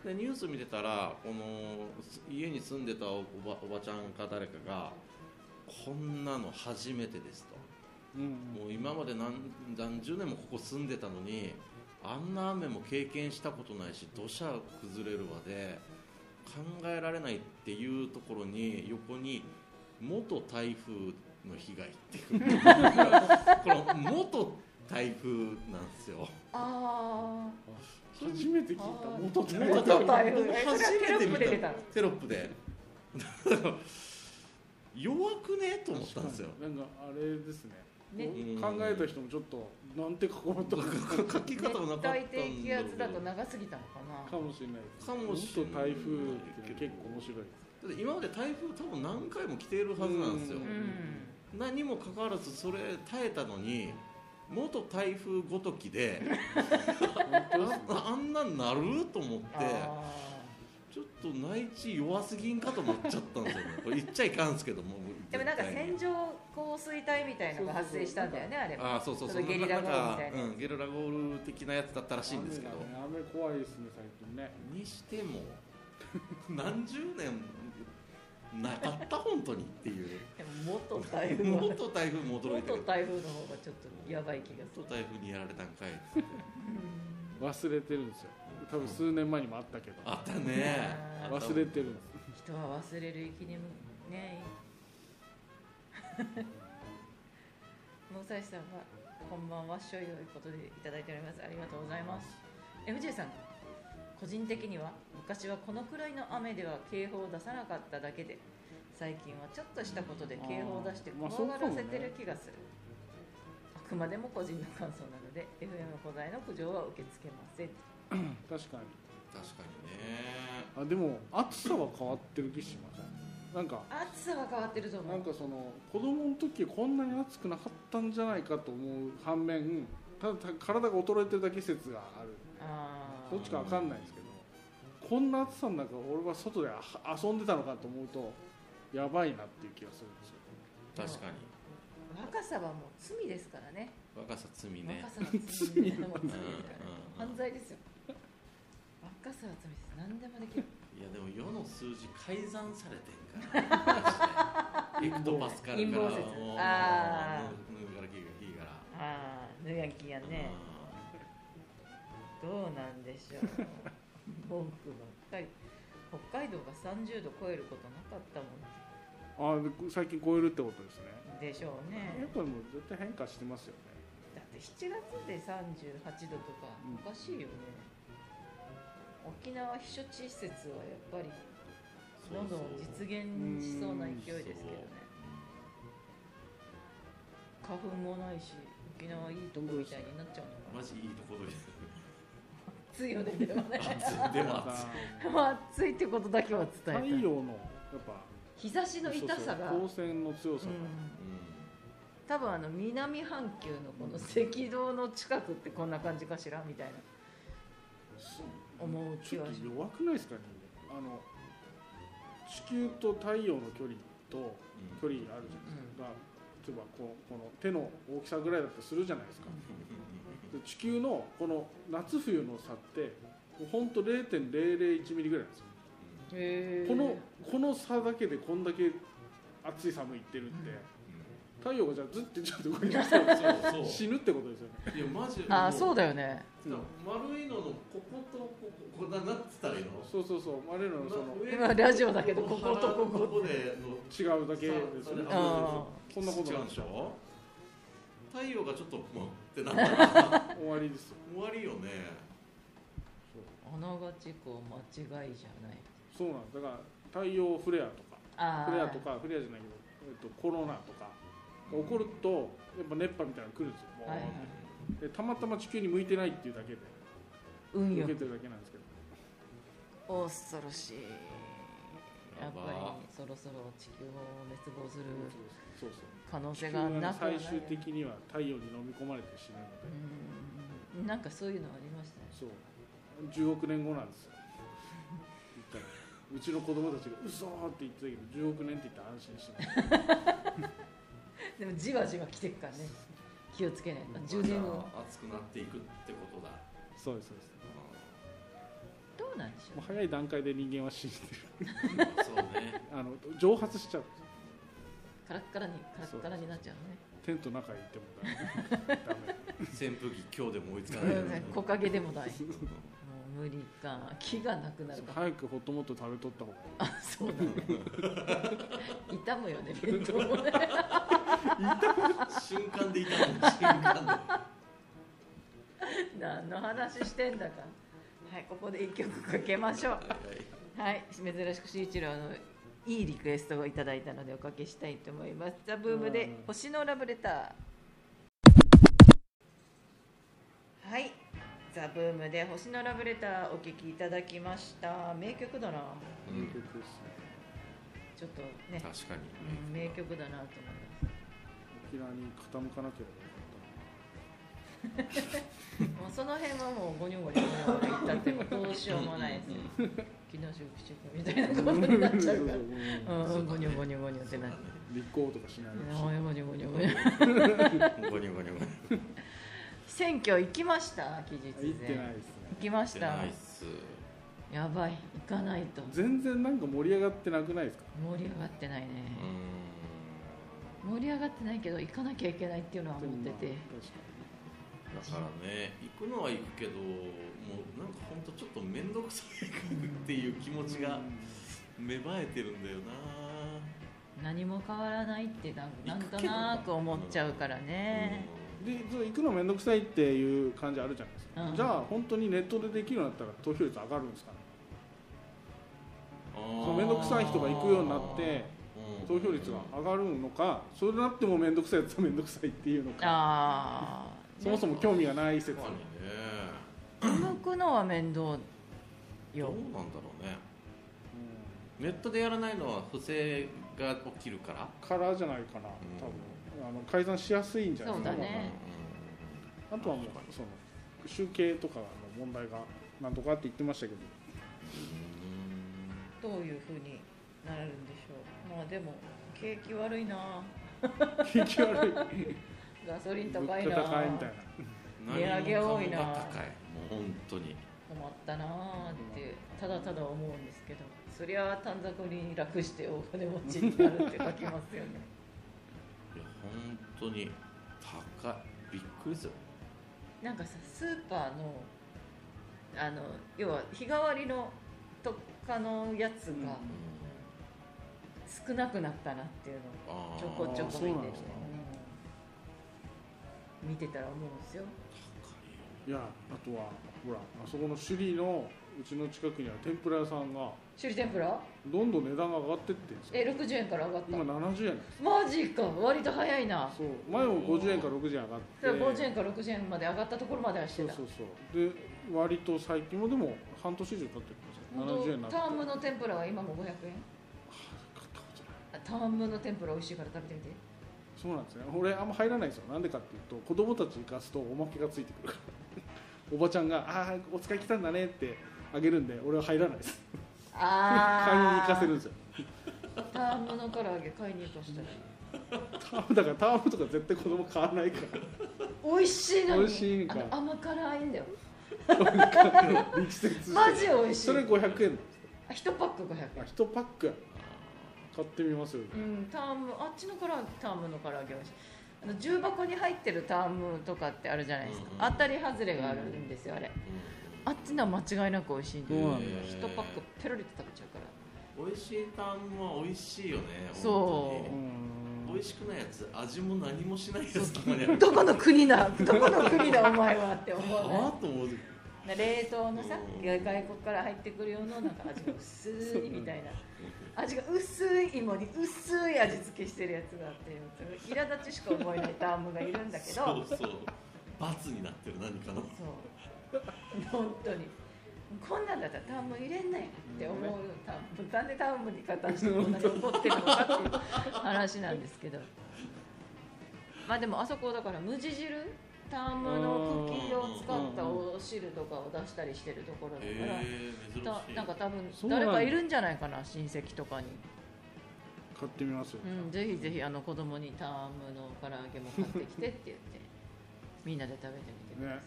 [SPEAKER 1] す
[SPEAKER 2] でニュース見てたらこのす家に住んでたおばおばちゃんか誰かがこんなの初めてですと
[SPEAKER 3] うんうん
[SPEAKER 2] もう今まで何何十年もここ住んでたのにあんな雨も経験したことないし土砂崩れるまで考えられないっていうところに横に元台風の被害っていう この元台風なんですよ
[SPEAKER 1] あ
[SPEAKER 3] 初めて聞いた
[SPEAKER 1] あー
[SPEAKER 3] 元
[SPEAKER 1] あ
[SPEAKER 3] 台
[SPEAKER 1] 元
[SPEAKER 3] 風
[SPEAKER 1] 台風え
[SPEAKER 2] 初
[SPEAKER 1] テロップ
[SPEAKER 2] めて見
[SPEAKER 1] で出た
[SPEAKER 2] たテロップで 弱くねと思ったんですよ
[SPEAKER 3] なんかあれですね
[SPEAKER 1] ね
[SPEAKER 2] うん
[SPEAKER 3] 考えた人もちょっとなんて書こうとか
[SPEAKER 2] 書き方もなかったん だろうけ
[SPEAKER 1] 熱
[SPEAKER 2] ど
[SPEAKER 1] 帯低気圧だと長すぎたのかな
[SPEAKER 3] かもしれないです
[SPEAKER 2] かもしれない
[SPEAKER 3] 元台風って結構面白いです
[SPEAKER 2] だって今まで台風多分何回も来ているはずなんですよ
[SPEAKER 3] う
[SPEAKER 1] うんん
[SPEAKER 2] 何もかかわらずそれ耐えたのに元台風ごときで
[SPEAKER 3] 本当ですね
[SPEAKER 2] ああんなんなると思って
[SPEAKER 1] あ
[SPEAKER 2] ちょっと内地弱すぎんかと思っちゃったんですよね これ言っちゃいかんすけども
[SPEAKER 1] ーでもなんか
[SPEAKER 2] 絶対に
[SPEAKER 1] 線状降水帯みたいなのが発生したんだよねあれは
[SPEAKER 2] あーそうそう
[SPEAKER 1] ち
[SPEAKER 2] そ
[SPEAKER 1] ょ
[SPEAKER 2] う
[SPEAKER 1] っとゲリラ豪雨みたいな
[SPEAKER 2] なんかうん、ゲリラ豪雨的なやつだったらしいんですけど、
[SPEAKER 3] 雨がね雨怖いですね最近ね
[SPEAKER 2] にしても 何十年なかった本当にっていう
[SPEAKER 1] でも元台風は
[SPEAKER 2] 元台風も驚いて
[SPEAKER 1] 元
[SPEAKER 2] る
[SPEAKER 1] 台風の方がちょっとやばい気がする
[SPEAKER 2] 元台風にやられたんかい
[SPEAKER 3] 忘れてるんですよ多分数年前にもあったけど
[SPEAKER 2] あったね
[SPEAKER 3] 忘れてるんです
[SPEAKER 1] 人は忘れる生きにね 野崎さんが「こんばんはしょい」ということでいただいておりますありがとうございます MJ さん個人的には昔はこのくらいの雨では警報を出さなかっただけで最近はちょっとしたことで警報を出して
[SPEAKER 3] あーまあ
[SPEAKER 1] 怖がら
[SPEAKER 3] そ
[SPEAKER 1] せ
[SPEAKER 3] うか
[SPEAKER 1] て
[SPEAKER 3] もね
[SPEAKER 1] る気がするあくまでも個人の感想なので FM 古材の苦情は受け付けません
[SPEAKER 3] 確かに
[SPEAKER 2] 確かにね
[SPEAKER 3] あでも暑さは変わってる気しませんなんか
[SPEAKER 1] 暑さは変わってると思
[SPEAKER 3] な
[SPEAKER 1] うん
[SPEAKER 3] かその子供の時こんなに暑くなかったんじゃないかと思う反面ただ体が衰えてるだけ説がある
[SPEAKER 1] あー
[SPEAKER 3] どっちかわかんないですけどこんな暑さの中俺は外であ遊んでたのかと思うとやばいなっていう気がするんですよ
[SPEAKER 2] 確かに
[SPEAKER 1] 若さはもう罪ですからね
[SPEAKER 2] 若さ罪ね
[SPEAKER 1] 若さは罪ねもう罪だか
[SPEAKER 2] うん
[SPEAKER 1] ら
[SPEAKER 2] うんうん
[SPEAKER 1] 犯罪ですよ若さは罪です何でもできる
[SPEAKER 2] いやでも世の数字改ざんされてんからエクトパスカルから
[SPEAKER 1] 陰謀説
[SPEAKER 2] もう
[SPEAKER 1] あ
[SPEAKER 2] ぬぬからきがきから
[SPEAKER 1] ああぬやんきやねどうなんでしょ う文句ばっかり北海道が30度超えることなかったもん
[SPEAKER 3] あで最近超えるってことですね
[SPEAKER 1] でしょう
[SPEAKER 3] やっ
[SPEAKER 1] ね
[SPEAKER 3] ぱもう絶対変化してますよね
[SPEAKER 1] だって7月で38度とか
[SPEAKER 3] うん
[SPEAKER 1] おかしいよね、沖縄避暑地施設はやっぱりどんどん実現しそうな勢いですけどね花粉もないし沖縄いいとこみたいになっちゃうのかな
[SPEAKER 2] マジいいとこ取り
[SPEAKER 1] 暑いよねでもね
[SPEAKER 2] で
[SPEAKER 3] なん
[SPEAKER 2] も
[SPEAKER 3] か
[SPEAKER 2] 暑い
[SPEAKER 1] まあ暑いってことだけは伝えた
[SPEAKER 3] 太
[SPEAKER 1] い
[SPEAKER 3] 陽のやっぱ
[SPEAKER 1] 日差しの痛さが
[SPEAKER 3] そうそう光線の強
[SPEAKER 1] う
[SPEAKER 3] さが、
[SPEAKER 1] ん
[SPEAKER 2] う
[SPEAKER 1] 多分あの南半球のこの赤道の近くってこんな感じかしらみたいな思う
[SPEAKER 3] ち
[SPEAKER 1] 気
[SPEAKER 3] ょっ
[SPEAKER 1] はし
[SPEAKER 3] と弱くないですかねあの地球と太陽の距離と距離あるじゃないですか、が例えばこうこの手の大きさぐらいだとするじゃないですかで地球のこの夏冬の差ってもうほんと0.001ミリぐらいなんですよ
[SPEAKER 1] へえ
[SPEAKER 3] このこの差だけでこんだけ暑い寒いってるって、太陽がじゃあずってちょっと動いてきたら
[SPEAKER 2] そうそ
[SPEAKER 3] 死ぬってことですよね
[SPEAKER 2] ういやマジ
[SPEAKER 1] あーそう
[SPEAKER 2] だ
[SPEAKER 1] だよね
[SPEAKER 2] 丸いののこことこここだなっつったらいいの
[SPEAKER 3] そうそうそう我々のその
[SPEAKER 1] 今ラジオだけどこことここ
[SPEAKER 2] ここでの
[SPEAKER 3] 違うだけですよね
[SPEAKER 2] あ
[SPEAKER 1] あ
[SPEAKER 3] こんなこと
[SPEAKER 2] 違
[SPEAKER 3] な
[SPEAKER 2] うんんで
[SPEAKER 3] でし
[SPEAKER 2] し
[SPEAKER 3] ょ
[SPEAKER 2] ょ太陽がちょっともうってなったら
[SPEAKER 3] 終わりですよ
[SPEAKER 2] 終わりよね
[SPEAKER 1] あながちこう間違いじゃない
[SPEAKER 3] そうなんですだから太陽フレアとか
[SPEAKER 1] あー
[SPEAKER 3] フレアとかフレアじゃないけど、えっと、コロナとか起こるとやっぱ熱波みたいなの来るんですよ、ボーン
[SPEAKER 1] はいはい
[SPEAKER 3] でたまたま地球に向いてないっていうだけで
[SPEAKER 1] 運
[SPEAKER 3] 受
[SPEAKER 1] よ
[SPEAKER 3] けてるだけなんですけど
[SPEAKER 1] 恐ろしいやっ
[SPEAKER 2] やば
[SPEAKER 1] ぱりそろそろ地球も滅亡する
[SPEAKER 3] そうそう
[SPEAKER 1] 可能
[SPEAKER 3] 地
[SPEAKER 1] 性
[SPEAKER 3] 球
[SPEAKER 1] が
[SPEAKER 3] がね
[SPEAKER 1] なくはな
[SPEAKER 3] 最
[SPEAKER 1] い
[SPEAKER 3] 終的には太陽に飲み込まれて死ぬので
[SPEAKER 1] うんなんかそういうのありましたね
[SPEAKER 3] そう10億年後なんですよ言ったらうちの子供たちが「嘘ーって言ってたけど10億年って言って安心してます
[SPEAKER 1] でもじわじわ来てるからね気をつけないと10年後
[SPEAKER 2] まだ暑くなっていくってことだ
[SPEAKER 3] そうですそうです
[SPEAKER 1] どうなんでしょ
[SPEAKER 3] もう早い段階で人間は死んで
[SPEAKER 2] うんそうね
[SPEAKER 3] るあの蒸発しちゃう
[SPEAKER 1] うカラッカラにカラッカラになっちゃうね
[SPEAKER 3] テントの中にいてもダ メダメ
[SPEAKER 2] 扇風機今日でも追いつかないよ
[SPEAKER 1] うん
[SPEAKER 2] ね
[SPEAKER 1] 木陰でもない
[SPEAKER 2] うん
[SPEAKER 1] もう無理か木がなくなるか
[SPEAKER 3] 早くほっともっと食べとった方
[SPEAKER 1] あそうなの痛むよね弁当もね
[SPEAKER 2] 瞬間でいたの瞬間
[SPEAKER 1] 何の話してんだかはいここで一曲かけましょう
[SPEAKER 2] で
[SPEAKER 1] はい珍しくしいちろうのいいリクエストをいただいたのでおかけしたいと思いますザ・ブーム
[SPEAKER 3] う
[SPEAKER 1] で
[SPEAKER 3] ん
[SPEAKER 1] 星のラブレターはいザ・ブームで星のラブレターお聴きいただきました名曲だな
[SPEAKER 3] がいい曲ですね
[SPEAKER 1] ちょっとね
[SPEAKER 2] 確かに
[SPEAKER 1] うん名曲だなと思います
[SPEAKER 3] 沖縄に傾かなければよ
[SPEAKER 1] もうその辺はもうゴニョゴニョゴニョゴニョ言ったってもうどうしようもないです
[SPEAKER 2] うん
[SPEAKER 1] 昨日食してたみたいな
[SPEAKER 3] か
[SPEAKER 1] こ
[SPEAKER 3] っ
[SPEAKER 1] と
[SPEAKER 3] た
[SPEAKER 1] になっちゃ うか
[SPEAKER 3] そうそう
[SPEAKER 1] ら
[SPEAKER 3] うん
[SPEAKER 1] うんうんゴニョゴニョゴニョって なる
[SPEAKER 3] 立候補とかしないで
[SPEAKER 1] ゴニョゴニョゴニョゴニョ
[SPEAKER 2] ゴニョゴニョゴニョ
[SPEAKER 1] 選挙行きました期日
[SPEAKER 3] 行って
[SPEAKER 1] 前
[SPEAKER 3] ないですね
[SPEAKER 1] 行きま
[SPEAKER 2] し
[SPEAKER 1] してた
[SPEAKER 2] ないっす
[SPEAKER 1] やばい行かないと
[SPEAKER 3] 全然なんか盛り上がってなくないですか
[SPEAKER 1] 盛り上がってないね
[SPEAKER 2] う、
[SPEAKER 1] 盛り上がってないけど行かなきゃいけないっていうのは思って
[SPEAKER 3] で
[SPEAKER 1] て
[SPEAKER 3] もまあ確かに
[SPEAKER 2] んだからね行くのは行くけどもうなんかほんとちょっと面倒くさいっていう気持ちが芽生えてるんだよ
[SPEAKER 1] 何も変わらないってなんなんとなく思っちゃうから
[SPEAKER 2] な
[SPEAKER 1] ね、
[SPEAKER 3] でそう行くの面倒くさいっていう感じあるじゃないですか、
[SPEAKER 1] うん
[SPEAKER 3] じゃあ本当にネットでできるようになったら投票率上がるんですかねその面倒くさい人が行くようになって投票率が上がるのかそれになっても面倒くさいやつは面倒くさいっていうのか
[SPEAKER 1] ああ
[SPEAKER 3] そもそも興味がない
[SPEAKER 2] 確
[SPEAKER 3] 説
[SPEAKER 2] かにね
[SPEAKER 1] 向くのは面倒
[SPEAKER 2] どう
[SPEAKER 1] よ
[SPEAKER 2] なんだろうねネットでやらないのは不正が起きるから
[SPEAKER 3] からじゃないかな多分あの改ざんしやすいんじゃないですか
[SPEAKER 1] そうだね
[SPEAKER 3] あとはもうその集計とかの問題がなんとかって言ってましたけど
[SPEAKER 2] う
[SPEAKER 1] どういうふうになるんでしょうまあでも景気悪いな
[SPEAKER 3] 景気悪い
[SPEAKER 1] ガソリン
[SPEAKER 3] 物
[SPEAKER 1] 高
[SPEAKER 3] 価
[SPEAKER 1] いな
[SPEAKER 3] 高いみたいな
[SPEAKER 2] ーん
[SPEAKER 1] 値上げ多いな
[SPEAKER 2] 何もかもが高いもう本当に
[SPEAKER 1] 困ったなあってただただ思うんですけどそりゃ短冊に楽してお金持ちになるって書きますよね
[SPEAKER 2] いや本当に高いびっくりする
[SPEAKER 1] なんかさスーパーのあの要は日替わりの特価のやつが
[SPEAKER 2] うん
[SPEAKER 1] 少なくなったなっていうの
[SPEAKER 2] あ
[SPEAKER 1] を
[SPEAKER 2] ー
[SPEAKER 1] ちょこちょこ見
[SPEAKER 3] あーそうなん
[SPEAKER 1] て
[SPEAKER 3] で
[SPEAKER 1] て
[SPEAKER 3] すか、
[SPEAKER 1] うん見てたら思うんですよ
[SPEAKER 2] 高
[SPEAKER 3] いやあとはほらあそこの首里のうちの近くにある天ぷら屋さんが
[SPEAKER 1] 首里天ぷら
[SPEAKER 3] どんどん値段が上がってってんですよ
[SPEAKER 1] え60円から上がった
[SPEAKER 3] 今70円
[SPEAKER 1] マジか割と早いな
[SPEAKER 3] そう前も50円から60円上がっ
[SPEAKER 1] そ
[SPEAKER 3] て
[SPEAKER 1] れは50円から60円まで上がったところまではして
[SPEAKER 3] そう
[SPEAKER 1] た
[SPEAKER 3] そうそうで割と最近もでも半年以上経ってる
[SPEAKER 1] 本
[SPEAKER 3] んですよ70円にな
[SPEAKER 1] 当
[SPEAKER 3] っ
[SPEAKER 1] タ
[SPEAKER 3] て
[SPEAKER 1] ームの天ぷらは今も500円
[SPEAKER 3] 買ったことな
[SPEAKER 1] あ
[SPEAKER 3] い
[SPEAKER 1] タームの天ぷら美味しいから食べてみて
[SPEAKER 3] そうなんですね俺あんま入らないんですよなんでかっていうと子供たち行かすとおまけがついてくるから おばちゃんが「ああお使い来たんだね」ってあげるんで俺は入らないです
[SPEAKER 1] あ
[SPEAKER 3] 買いに行かせるんですよ
[SPEAKER 1] タームの唐揚げ買いに行かしたら
[SPEAKER 3] タームだからタームとか絶対子供買わないから
[SPEAKER 1] 美味しいのに
[SPEAKER 3] 美味しいんか
[SPEAKER 1] あの甘辛いんだよ
[SPEAKER 3] 力説
[SPEAKER 1] マ
[SPEAKER 3] し
[SPEAKER 1] ジ
[SPEAKER 3] て
[SPEAKER 1] 美味しい
[SPEAKER 3] それ500円
[SPEAKER 1] あ一パック500
[SPEAKER 3] あ1パック買ってみますよ
[SPEAKER 1] 円うんタームあっちの唐揚げタームの唐揚げ美味しいあの重箱に入ってるタームとかってあるじゃないですか、
[SPEAKER 2] うんうん
[SPEAKER 1] 当たり外れがあるんですよあれあっちのは間違いなく美味しいんで
[SPEAKER 3] そう
[SPEAKER 1] 一
[SPEAKER 3] なんだ
[SPEAKER 1] パックペロリと食べちゃうから
[SPEAKER 2] うん美味しいタンは美味しいよね
[SPEAKER 1] そう
[SPEAKER 2] 本当に美
[SPEAKER 3] う
[SPEAKER 2] 味しくないやつ味も何もしないやつとかにある
[SPEAKER 1] どこの国だどこの国だお前はって思わない
[SPEAKER 2] ああと思う
[SPEAKER 1] 冷凍のさ
[SPEAKER 2] うん
[SPEAKER 1] 外国から入ってくるようななんか味が薄いみたいな味が薄い芋に薄い味付けしてるやつがあって苛立ちしか思えないタームがいるんだけど
[SPEAKER 2] そうそう罰になってる何かの
[SPEAKER 1] そう本当にこんなんだったらターム入れんなよって思うよタームなんでタームに加担してこんなに怒ってるのかっていう話なんですけどまあでもあそこだから無地汁タームの茎を使ったお汁とかを出したりしてるところだから。
[SPEAKER 2] へえ珍
[SPEAKER 1] た
[SPEAKER 2] しい
[SPEAKER 1] なんか多分
[SPEAKER 3] そうなん
[SPEAKER 1] 誰
[SPEAKER 3] だ
[SPEAKER 1] かいるんじゃないかな親戚とかに、
[SPEAKER 3] 買ってみますよ
[SPEAKER 1] うん、ぜひぜひあの子供にタームの唐揚げも買ってきてって言ってみんなで食べてみてください、
[SPEAKER 3] ね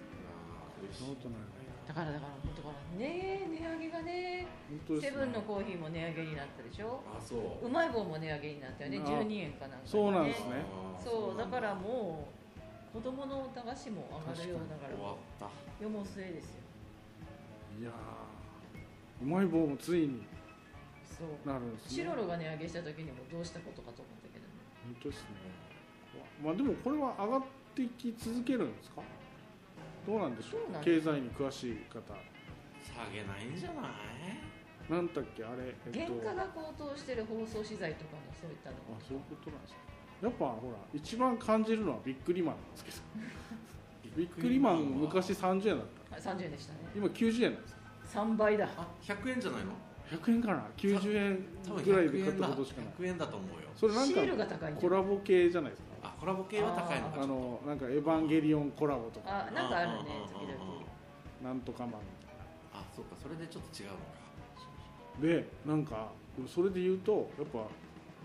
[SPEAKER 2] あー美味し
[SPEAKER 3] そ
[SPEAKER 2] い
[SPEAKER 3] んなことない
[SPEAKER 1] だからだから本当からねえ値上げがね
[SPEAKER 3] 本当です
[SPEAKER 1] セ
[SPEAKER 3] ね
[SPEAKER 1] ブンのコーヒーも値上げになったでしょ
[SPEAKER 2] あそう
[SPEAKER 1] うまい棒も値上げになったよね
[SPEAKER 3] あ
[SPEAKER 1] 12円かなんか、ね、
[SPEAKER 3] そうなんですね
[SPEAKER 2] あー
[SPEAKER 1] そうだ
[SPEAKER 2] なん
[SPEAKER 1] からもう子供の駄菓子も上がるようだから
[SPEAKER 2] 終わった
[SPEAKER 1] 世も末ですよ
[SPEAKER 3] いやーうまい棒もついに
[SPEAKER 1] そう
[SPEAKER 3] なるんです
[SPEAKER 1] チ
[SPEAKER 3] ね
[SPEAKER 1] ロ
[SPEAKER 3] 本
[SPEAKER 1] ロが値上げした時にもどうしたことかと思ったけどね
[SPEAKER 3] 当ですねまあでもこれは上がってき続けるんですかどうなんでし
[SPEAKER 1] そ
[SPEAKER 3] ょ
[SPEAKER 1] うなん
[SPEAKER 3] う
[SPEAKER 1] で
[SPEAKER 3] 経済に詳しい方
[SPEAKER 2] 下げないんじゃない
[SPEAKER 3] なんだっけあれ
[SPEAKER 1] 原
[SPEAKER 3] と
[SPEAKER 1] 価が高騰してる包装資材とかもそういったの
[SPEAKER 3] あそういうことなんですねやっぱほら一番感じるのはビックリマンなんですけどビックリマンも昔30円だった
[SPEAKER 1] あ30円でしたね
[SPEAKER 3] 今90円なんですよ
[SPEAKER 1] 3倍だ
[SPEAKER 2] あ100円じゃないの
[SPEAKER 3] 100円かな90
[SPEAKER 2] 多分
[SPEAKER 3] 円ぐらいで
[SPEAKER 2] 100
[SPEAKER 3] 買っ
[SPEAKER 2] 円
[SPEAKER 3] た
[SPEAKER 2] だ
[SPEAKER 3] ことしかない
[SPEAKER 2] 100円だと思うよ
[SPEAKER 3] それなん
[SPEAKER 1] シ
[SPEAKER 3] か
[SPEAKER 1] ールが高いんじ
[SPEAKER 3] コ
[SPEAKER 1] ゃん
[SPEAKER 3] ラボ系じゃないですか
[SPEAKER 2] あコラボ系は高いのか
[SPEAKER 3] あのなんか「エヴァンゲリオン」コラボとか
[SPEAKER 1] あなんかあるね時々
[SPEAKER 3] 「なんとかマン」みたいな
[SPEAKER 2] あそうかそれでちょっと違うのか
[SPEAKER 3] でなんかそれで言うとやっ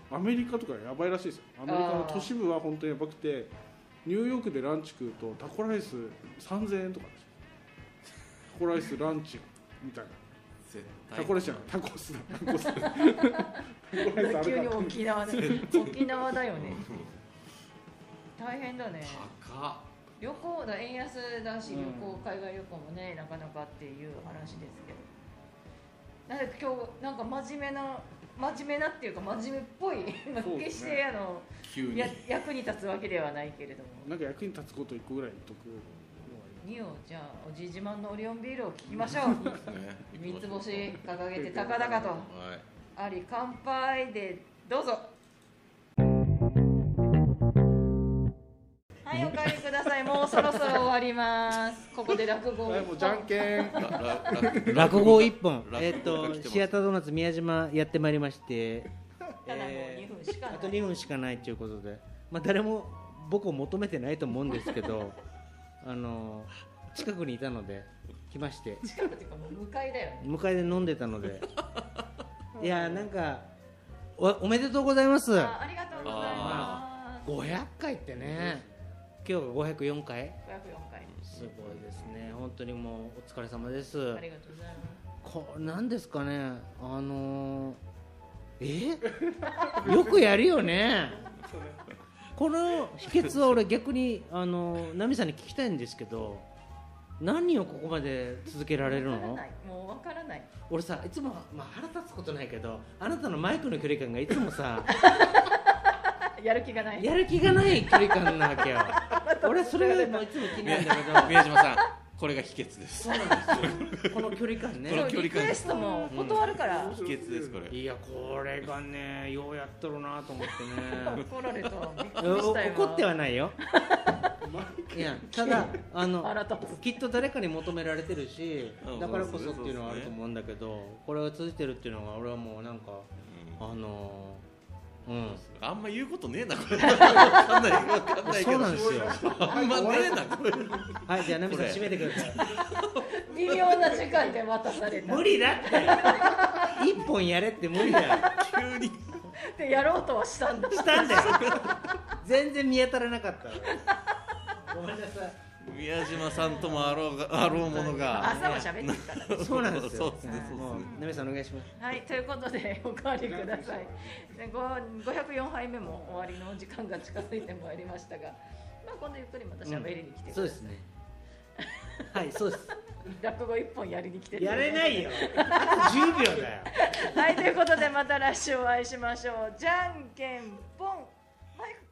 [SPEAKER 3] ぱアメリカとかやばいらしいですよアメリカの都市部は本当にやばくてニューヨークでランチ食うとタコライス3000円とかですよタコライスランチみたいな
[SPEAKER 2] 絶対
[SPEAKER 3] タコライスじゃないタコスだタコスタコライスあ
[SPEAKER 1] 急
[SPEAKER 3] れ
[SPEAKER 1] に
[SPEAKER 3] か
[SPEAKER 1] 沖縄 だ沖縄だよね大変だね
[SPEAKER 2] 高っ
[SPEAKER 1] 旅行だ円安だし
[SPEAKER 3] う
[SPEAKER 1] 旅
[SPEAKER 3] ん
[SPEAKER 1] 行海外旅行もねなかなかっていう話ですけどなんで今日なんか真面目な真面目なっていうか真面目っぽい
[SPEAKER 3] そうです ね
[SPEAKER 1] 決してあの
[SPEAKER 2] 急に
[SPEAKER 1] や役に立つわけではないけれども
[SPEAKER 3] なんか役に立つこと1個ぐらい言っとくのが
[SPEAKER 1] ニオじゃあおじい自慢のオリオンビールを聞きましょう三つ星掲げて高々と
[SPEAKER 2] はい
[SPEAKER 1] あり乾杯でどうぞはいお帰りくださいもうそろそろ終わりますここで落語を
[SPEAKER 3] いいはいもうじゃんけん
[SPEAKER 5] 落語一本
[SPEAKER 2] 落語が
[SPEAKER 5] えっと
[SPEAKER 2] 来てます
[SPEAKER 5] シアタードーナツ宮島やってまいりまして
[SPEAKER 1] ただもう
[SPEAKER 5] え
[SPEAKER 1] 2分しか
[SPEAKER 5] ー
[SPEAKER 1] ない
[SPEAKER 5] あと2分しかないということでまあ誰も僕を求めてないと思うんですけ どあの近くにいたので来まして
[SPEAKER 1] 近くっていうかもう向かいだよね
[SPEAKER 5] 向かいで飲んでた のでいやーなんかおおめでとうございます
[SPEAKER 1] あありがとうございます
[SPEAKER 5] 500回ってね今日が504回
[SPEAKER 1] 504回
[SPEAKER 5] すごいですね本当にもうお疲れ様です
[SPEAKER 1] ありがとうございま
[SPEAKER 5] こなんですかねあのー、え よくやるよねこの秘訣は俺逆にあのーナミさんに聞きたいんですけど何をここまで続けられ
[SPEAKER 1] す
[SPEAKER 5] る
[SPEAKER 1] わから
[SPEAKER 5] の
[SPEAKER 1] ないもうわからない
[SPEAKER 5] 俺さいつも、まあ、腹立つことないけどあなたのマイクの距離感がいつもさ
[SPEAKER 1] やる気が ない
[SPEAKER 5] やる気がない距離感なわけよ俺それがもういつも気になるんだけど
[SPEAKER 2] 宮島さんこれが秘訣です
[SPEAKER 5] そうなんですよこの距離感ね
[SPEAKER 2] こ
[SPEAKER 1] そ
[SPEAKER 2] の
[SPEAKER 1] う
[SPEAKER 2] 距離感
[SPEAKER 1] リクエストも断るから、
[SPEAKER 2] 秘訣ですこれ
[SPEAKER 5] いやこれがねようやっとるなと思ってね
[SPEAKER 1] 怒られたわびっくりしたよ
[SPEAKER 5] 怒ってはないよいやただあの
[SPEAKER 1] 腹立つ
[SPEAKER 5] きっと誰かに求められてるし
[SPEAKER 2] うん
[SPEAKER 5] だからこそっていうのはあると思うんだけどこれが続いてるっていうのが俺はもうなんか
[SPEAKER 2] うん
[SPEAKER 5] あのうん
[SPEAKER 2] あんま言うことねえなこれわかんないわかんないけど
[SPEAKER 5] そうなんですよ
[SPEAKER 2] あんまねえなこれ
[SPEAKER 5] はいじゃあナミさん
[SPEAKER 2] これ
[SPEAKER 5] 締めてください
[SPEAKER 1] 微妙な時間で渡された
[SPEAKER 5] 無理だって一本やれって無理だよ
[SPEAKER 2] 急に
[SPEAKER 1] でやろうとはしたんだ
[SPEAKER 5] したんだよ全然見当たらなかったごめんなさい
[SPEAKER 2] 宮島さんともあろうがあろうものが
[SPEAKER 1] 朝も喋ってるからね
[SPEAKER 5] そうなんです
[SPEAKER 2] そう
[SPEAKER 5] よ
[SPEAKER 2] ですねそう
[SPEAKER 5] も
[SPEAKER 2] で
[SPEAKER 5] う
[SPEAKER 2] すね
[SPEAKER 5] ナミさんお願いします
[SPEAKER 1] はいということでおかわりくださいでご504杯目も終わりの時間が近づいてまいりましたがまあ今度ゆっくりまた喋りに来てくださ
[SPEAKER 5] そ
[SPEAKER 1] い、
[SPEAKER 5] うですねはいそうです
[SPEAKER 1] 落語一本やりに来てる
[SPEAKER 5] やれない よあと10秒だよ
[SPEAKER 1] はいということでまた来週お会いしましょうじゃんけんぽんマイク